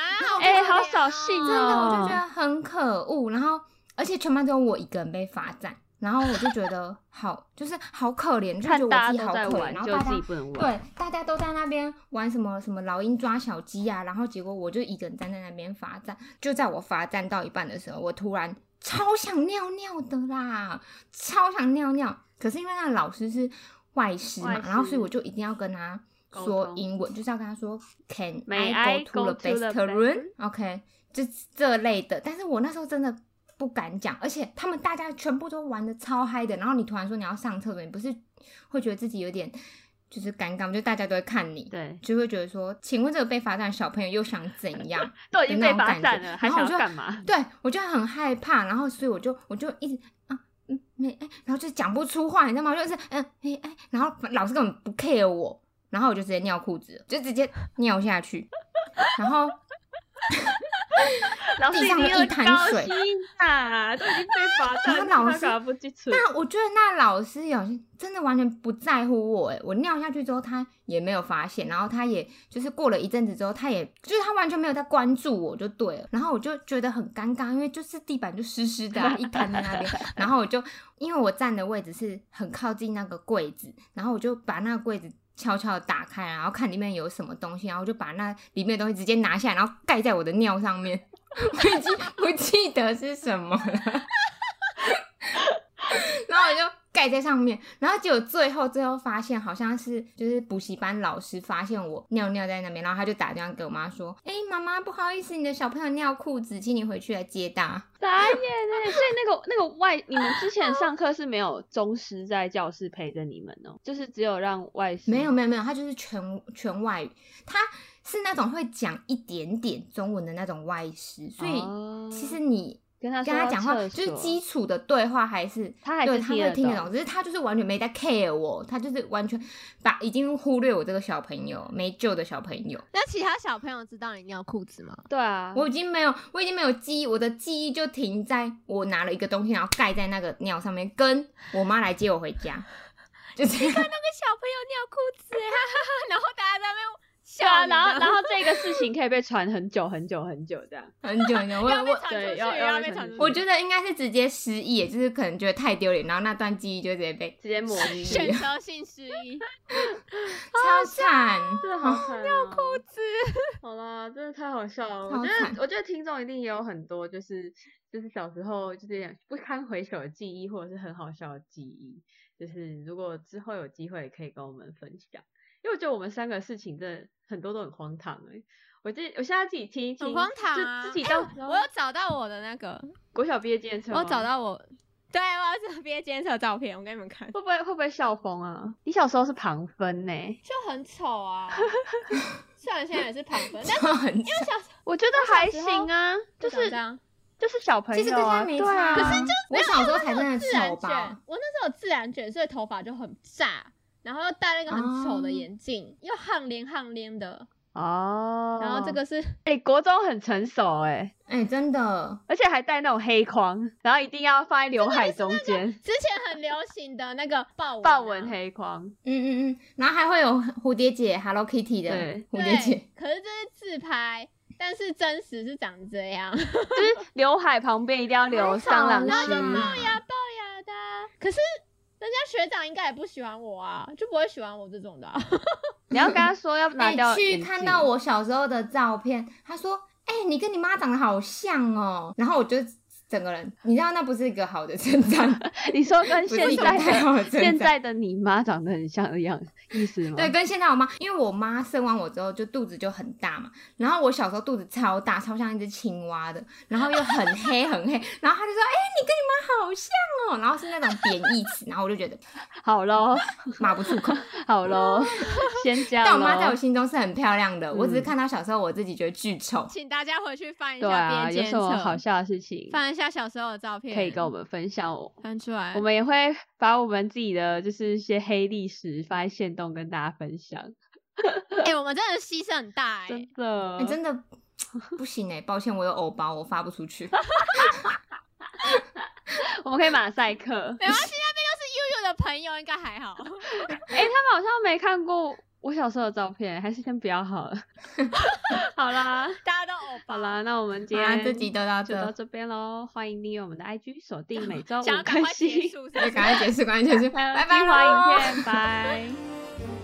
S3: 哎、
S1: 可
S3: 好
S1: 怜
S3: 扫
S1: 哦
S3: 兴
S4: 真
S3: 哦、
S4: 的我就觉得很可恶。然后而且全班只有我一个人被罚站，然后我就觉得 好，就是好可怜，就觉得
S3: 看
S4: 我
S3: 大
S4: 自己
S3: 家
S4: 好
S3: 都在
S4: 可怜，
S3: 玩，
S4: 然后
S3: 就
S4: 大
S3: 自
S4: 家
S3: 己不能玩。
S4: 对，大家都在那边玩什么什么老鹰抓小鸡啊，然后结果我就一个人站在那边罚站。就在我罚站到一半的时候，我突然超想尿尿的啦，超想尿尿。可是因为那个老师是外师嘛，
S3: 外
S4: 然后所以
S3: 师
S4: 我就一定要跟他
S3: 沟
S4: 说
S3: 通
S4: 英文，就是要跟他说 Can
S3: May I
S4: I go
S3: go
S4: to the
S3: to the
S4: best room？OK，就这类的。但是我那时候真的不敢讲，而且他们大家全部都玩的超嗨的，然后你突然说你要上厕所，你不是会觉得自己有点就是尴尬吗？就大家都会看你，
S3: 对，
S4: 就会觉得说，请问这个被罚站的小朋友又想怎样？
S3: 都已经
S4: 那
S3: 被
S4: 种
S3: 罚
S4: 感
S3: 站
S4: 觉
S3: 了，还
S4: 然后
S3: 想
S4: 我
S3: 要
S4: 就
S3: 干嘛？
S4: 对我就很害怕，然后所以我就我就一直啊。嗯，没哎，然后就讲不出话，你知道吗？就是嗯，哎哎，然后老师根本不 care 我，然后我就直接尿裤子了，就直接尿下去，然后
S3: 老师
S4: 地
S3: 一
S4: 上
S3: 定
S4: 的
S3: 要
S4: 一滩
S3: 高
S4: 水
S3: 兴啊，这已经被罚
S4: 然
S3: 站，
S4: 后老
S3: 他
S4: 师
S3: 干嘛不去处？
S4: 那我觉得那老师有些真的完全不在乎我，哎，我尿下去之后他也没有发现，然后他也就是过了一阵子之后，他也就是他完全没有在关注我就对了，然后我就觉得很尴尬，因为就是地板就湿湿的、啊，一滩在那边，然后我就因为我站的位置是很靠近那个柜子，然后我就把那个柜子。悄悄的打开，啊然后看里面有什么东西，然后我就把那里面的东西直接拿下来，然后盖在我的尿上面。 我已经不记得是什么了。然后我就盖在上面，然后结果最后最后发现好像是就是补习班老师发现我尿尿在那边，然后他就打电话给我妈说：“哎、妈妈，不好意思，你的小朋友尿裤子，请你回去来接他。
S3: 傻眼哎！所以那个那个外，你们之前上课是没有宗师在教室陪着你们哦，就是只有让外”师
S4: 没有没有没有，他就是全全外语，他是那种会讲一点点中文的那种外师，所以
S3: 哦
S4: 其实你。
S3: 跟他
S4: 跟
S3: 说
S4: 他
S3: 到
S4: 讲话，
S3: 厕
S4: 就是
S3: 所
S4: 基础的对话还是
S3: 他还是
S4: 对他
S3: 听
S4: 会
S3: 得
S4: 听得
S3: 懂
S4: 懂，只是他就是完全没在 care 我，他就是完全把已经忽略我这个小朋友，没救的小朋友。
S1: 那其他小朋友知道你尿裤子吗？
S3: 对啊，
S4: 我已经没有，我已经没有记忆，我的记忆就停在我拿了一个东西，然后盖在那个尿上面，跟我妈来接我回家，就这
S1: 那个小朋
S4: 样。
S1: 友尿裤子欸，哈哈哈！然后大家在那边笑
S3: 对啊，
S1: 你
S3: 然后
S1: 知道
S3: 然
S1: 吗
S3: 后这个事情可以被传很久很久很久这样。
S4: 很久很久，我
S1: 要被
S4: 我
S1: 传出
S3: 对
S1: 去，
S3: 要要
S1: 要被
S3: 被传
S1: 传出
S3: 出去
S1: 去。
S4: 我觉得应该是直接失忆，就是可能觉得太丢脸，然后那段记忆就直接被
S3: 直接抹去，
S1: 选择性失忆，
S4: 超惨。 哦
S3: 真的好 惨、尿裤
S1: 子。
S3: 好啦，真的太好笑了。
S4: 超
S3: 我觉
S4: 惨
S3: 得，我觉得听众一定也有很多，就是就是小时候就是有点不堪回首的记忆，或者是很好笑的记忆。就是如果之后有机会，可以跟我们分享，因为我觉得我们三个事情真的很多都很荒唐哎、我记，我现在自己听一听，
S1: 很荒唐
S3: 就
S1: 啊！
S3: 自己
S1: 哎
S3: 到
S1: 我
S3: 时候
S1: 我有找到我的那 个，
S3: 国小毕业纪念册
S1: 我
S3: 吗，
S1: 有找到我，对我有找毕业监测照片，我给你们看，
S3: 会不会会不会笑疯啊？你小时候是旁分呢、
S1: 就很丑啊。 虽然现在也是旁分，但
S4: 超很惨
S3: 我觉得还行啊，就
S1: 长
S3: 是
S1: 这样
S3: 就是小朋
S4: 其实
S3: 友
S4: 跟
S3: 啊，
S4: 他没
S3: 对
S4: 差
S3: 啊，
S4: 啊，
S1: 就
S4: 我小时候才真的
S1: 自然
S4: 丑吧
S1: 卷。，我那时候有自然卷，所以头发就很炸，然后又戴那个很丑
S4: 哦
S1: 的眼镜，又汗连汗连的，
S3: 哦，
S1: 然后这个 是
S3: 哎、国中很成熟哎、
S4: 哎、真的，
S3: 而且还戴那种黑框，然后一定要放在刘海中间，
S1: 之前很流行的那个豹纹、啊
S3: 豹纹，黑框。
S4: 嗯嗯嗯，然后还会有蝴蝶结 Hello Kitty 的
S3: 对
S4: 蝴蝶结
S1: 对，，可是这是自拍，但是真实是长这样，
S3: 就是刘海旁边一定要留上朗
S4: 太丑了
S3: 须，
S1: 龅牙龅牙的啊、可是人家学长应该也不喜欢我啊，就不会喜欢我这种的啊、
S3: 你要跟他说要拿
S4: 哎、
S3: 掉、
S4: 去看到，我小时候的照片，他说：“哎、你跟你妈长得好像哦。”然后我就整个人，你知道那不是一个好的称赞，
S3: 你说跟
S4: 不是
S3: 现
S4: 一个
S3: 在
S4: 太
S3: 的
S4: 好的称赞。
S3: 现在的你妈长得很像的样意思吗？
S4: 对，跟现在我妈，因为我妈生完我之后就肚子就很大嘛，然后我小时候肚子超大，超像一只青蛙的，然后又很黑很黑，然后她就说：“哎、你跟你妈好像哦。”然后是那种贬义词，然后我就觉得
S3: 好咯，
S4: 骂不出 口。
S3: 好 咯，先这样咯。
S4: 但我妈在我心中是很漂亮的，我只是
S3: 嗯
S4: 看她小时候我自己觉得巨丑。
S1: 请大家回去翻一
S3: 对
S1: 下
S3: 啊，
S1: 边
S3: 有
S1: 监
S3: 什
S1: 测，
S3: 么好笑的事情
S1: 翻一下小时候的照片，
S3: 可以跟我们分享我。
S1: 翻出来。
S3: 我们也会把我们自己的就是一些黑历史发在线动跟大家分享，
S1: 哎、我们真的牺牲很大哎、
S3: 真的，
S4: 哎、真的不行哎、抱歉，我有偶包，我发不出去。
S3: 我们可以马赛克。
S1: 没关系，那边都是悠悠的朋友，应该还好。
S3: 哎、他们好像没看过我小时候的照片，还是先不要 好了。好啦，
S1: 大家都欧巴
S3: 好啦，那我们 今
S4: 好
S3: 天、
S4: 啦，这集就到
S3: 就到
S4: 这，
S3: 这边喽。欢迎订阅我们的 IG，锁定 每周
S1: 想要
S3: 五
S1: 哎赶
S3: 更
S1: 快结
S3: 新，
S1: 束，是不
S4: 对，
S1: 是
S4: 赶快结束，赶快结束，
S3: 还有
S4: 拜拜
S3: 精 华
S4: 咯
S3: 影片，拜。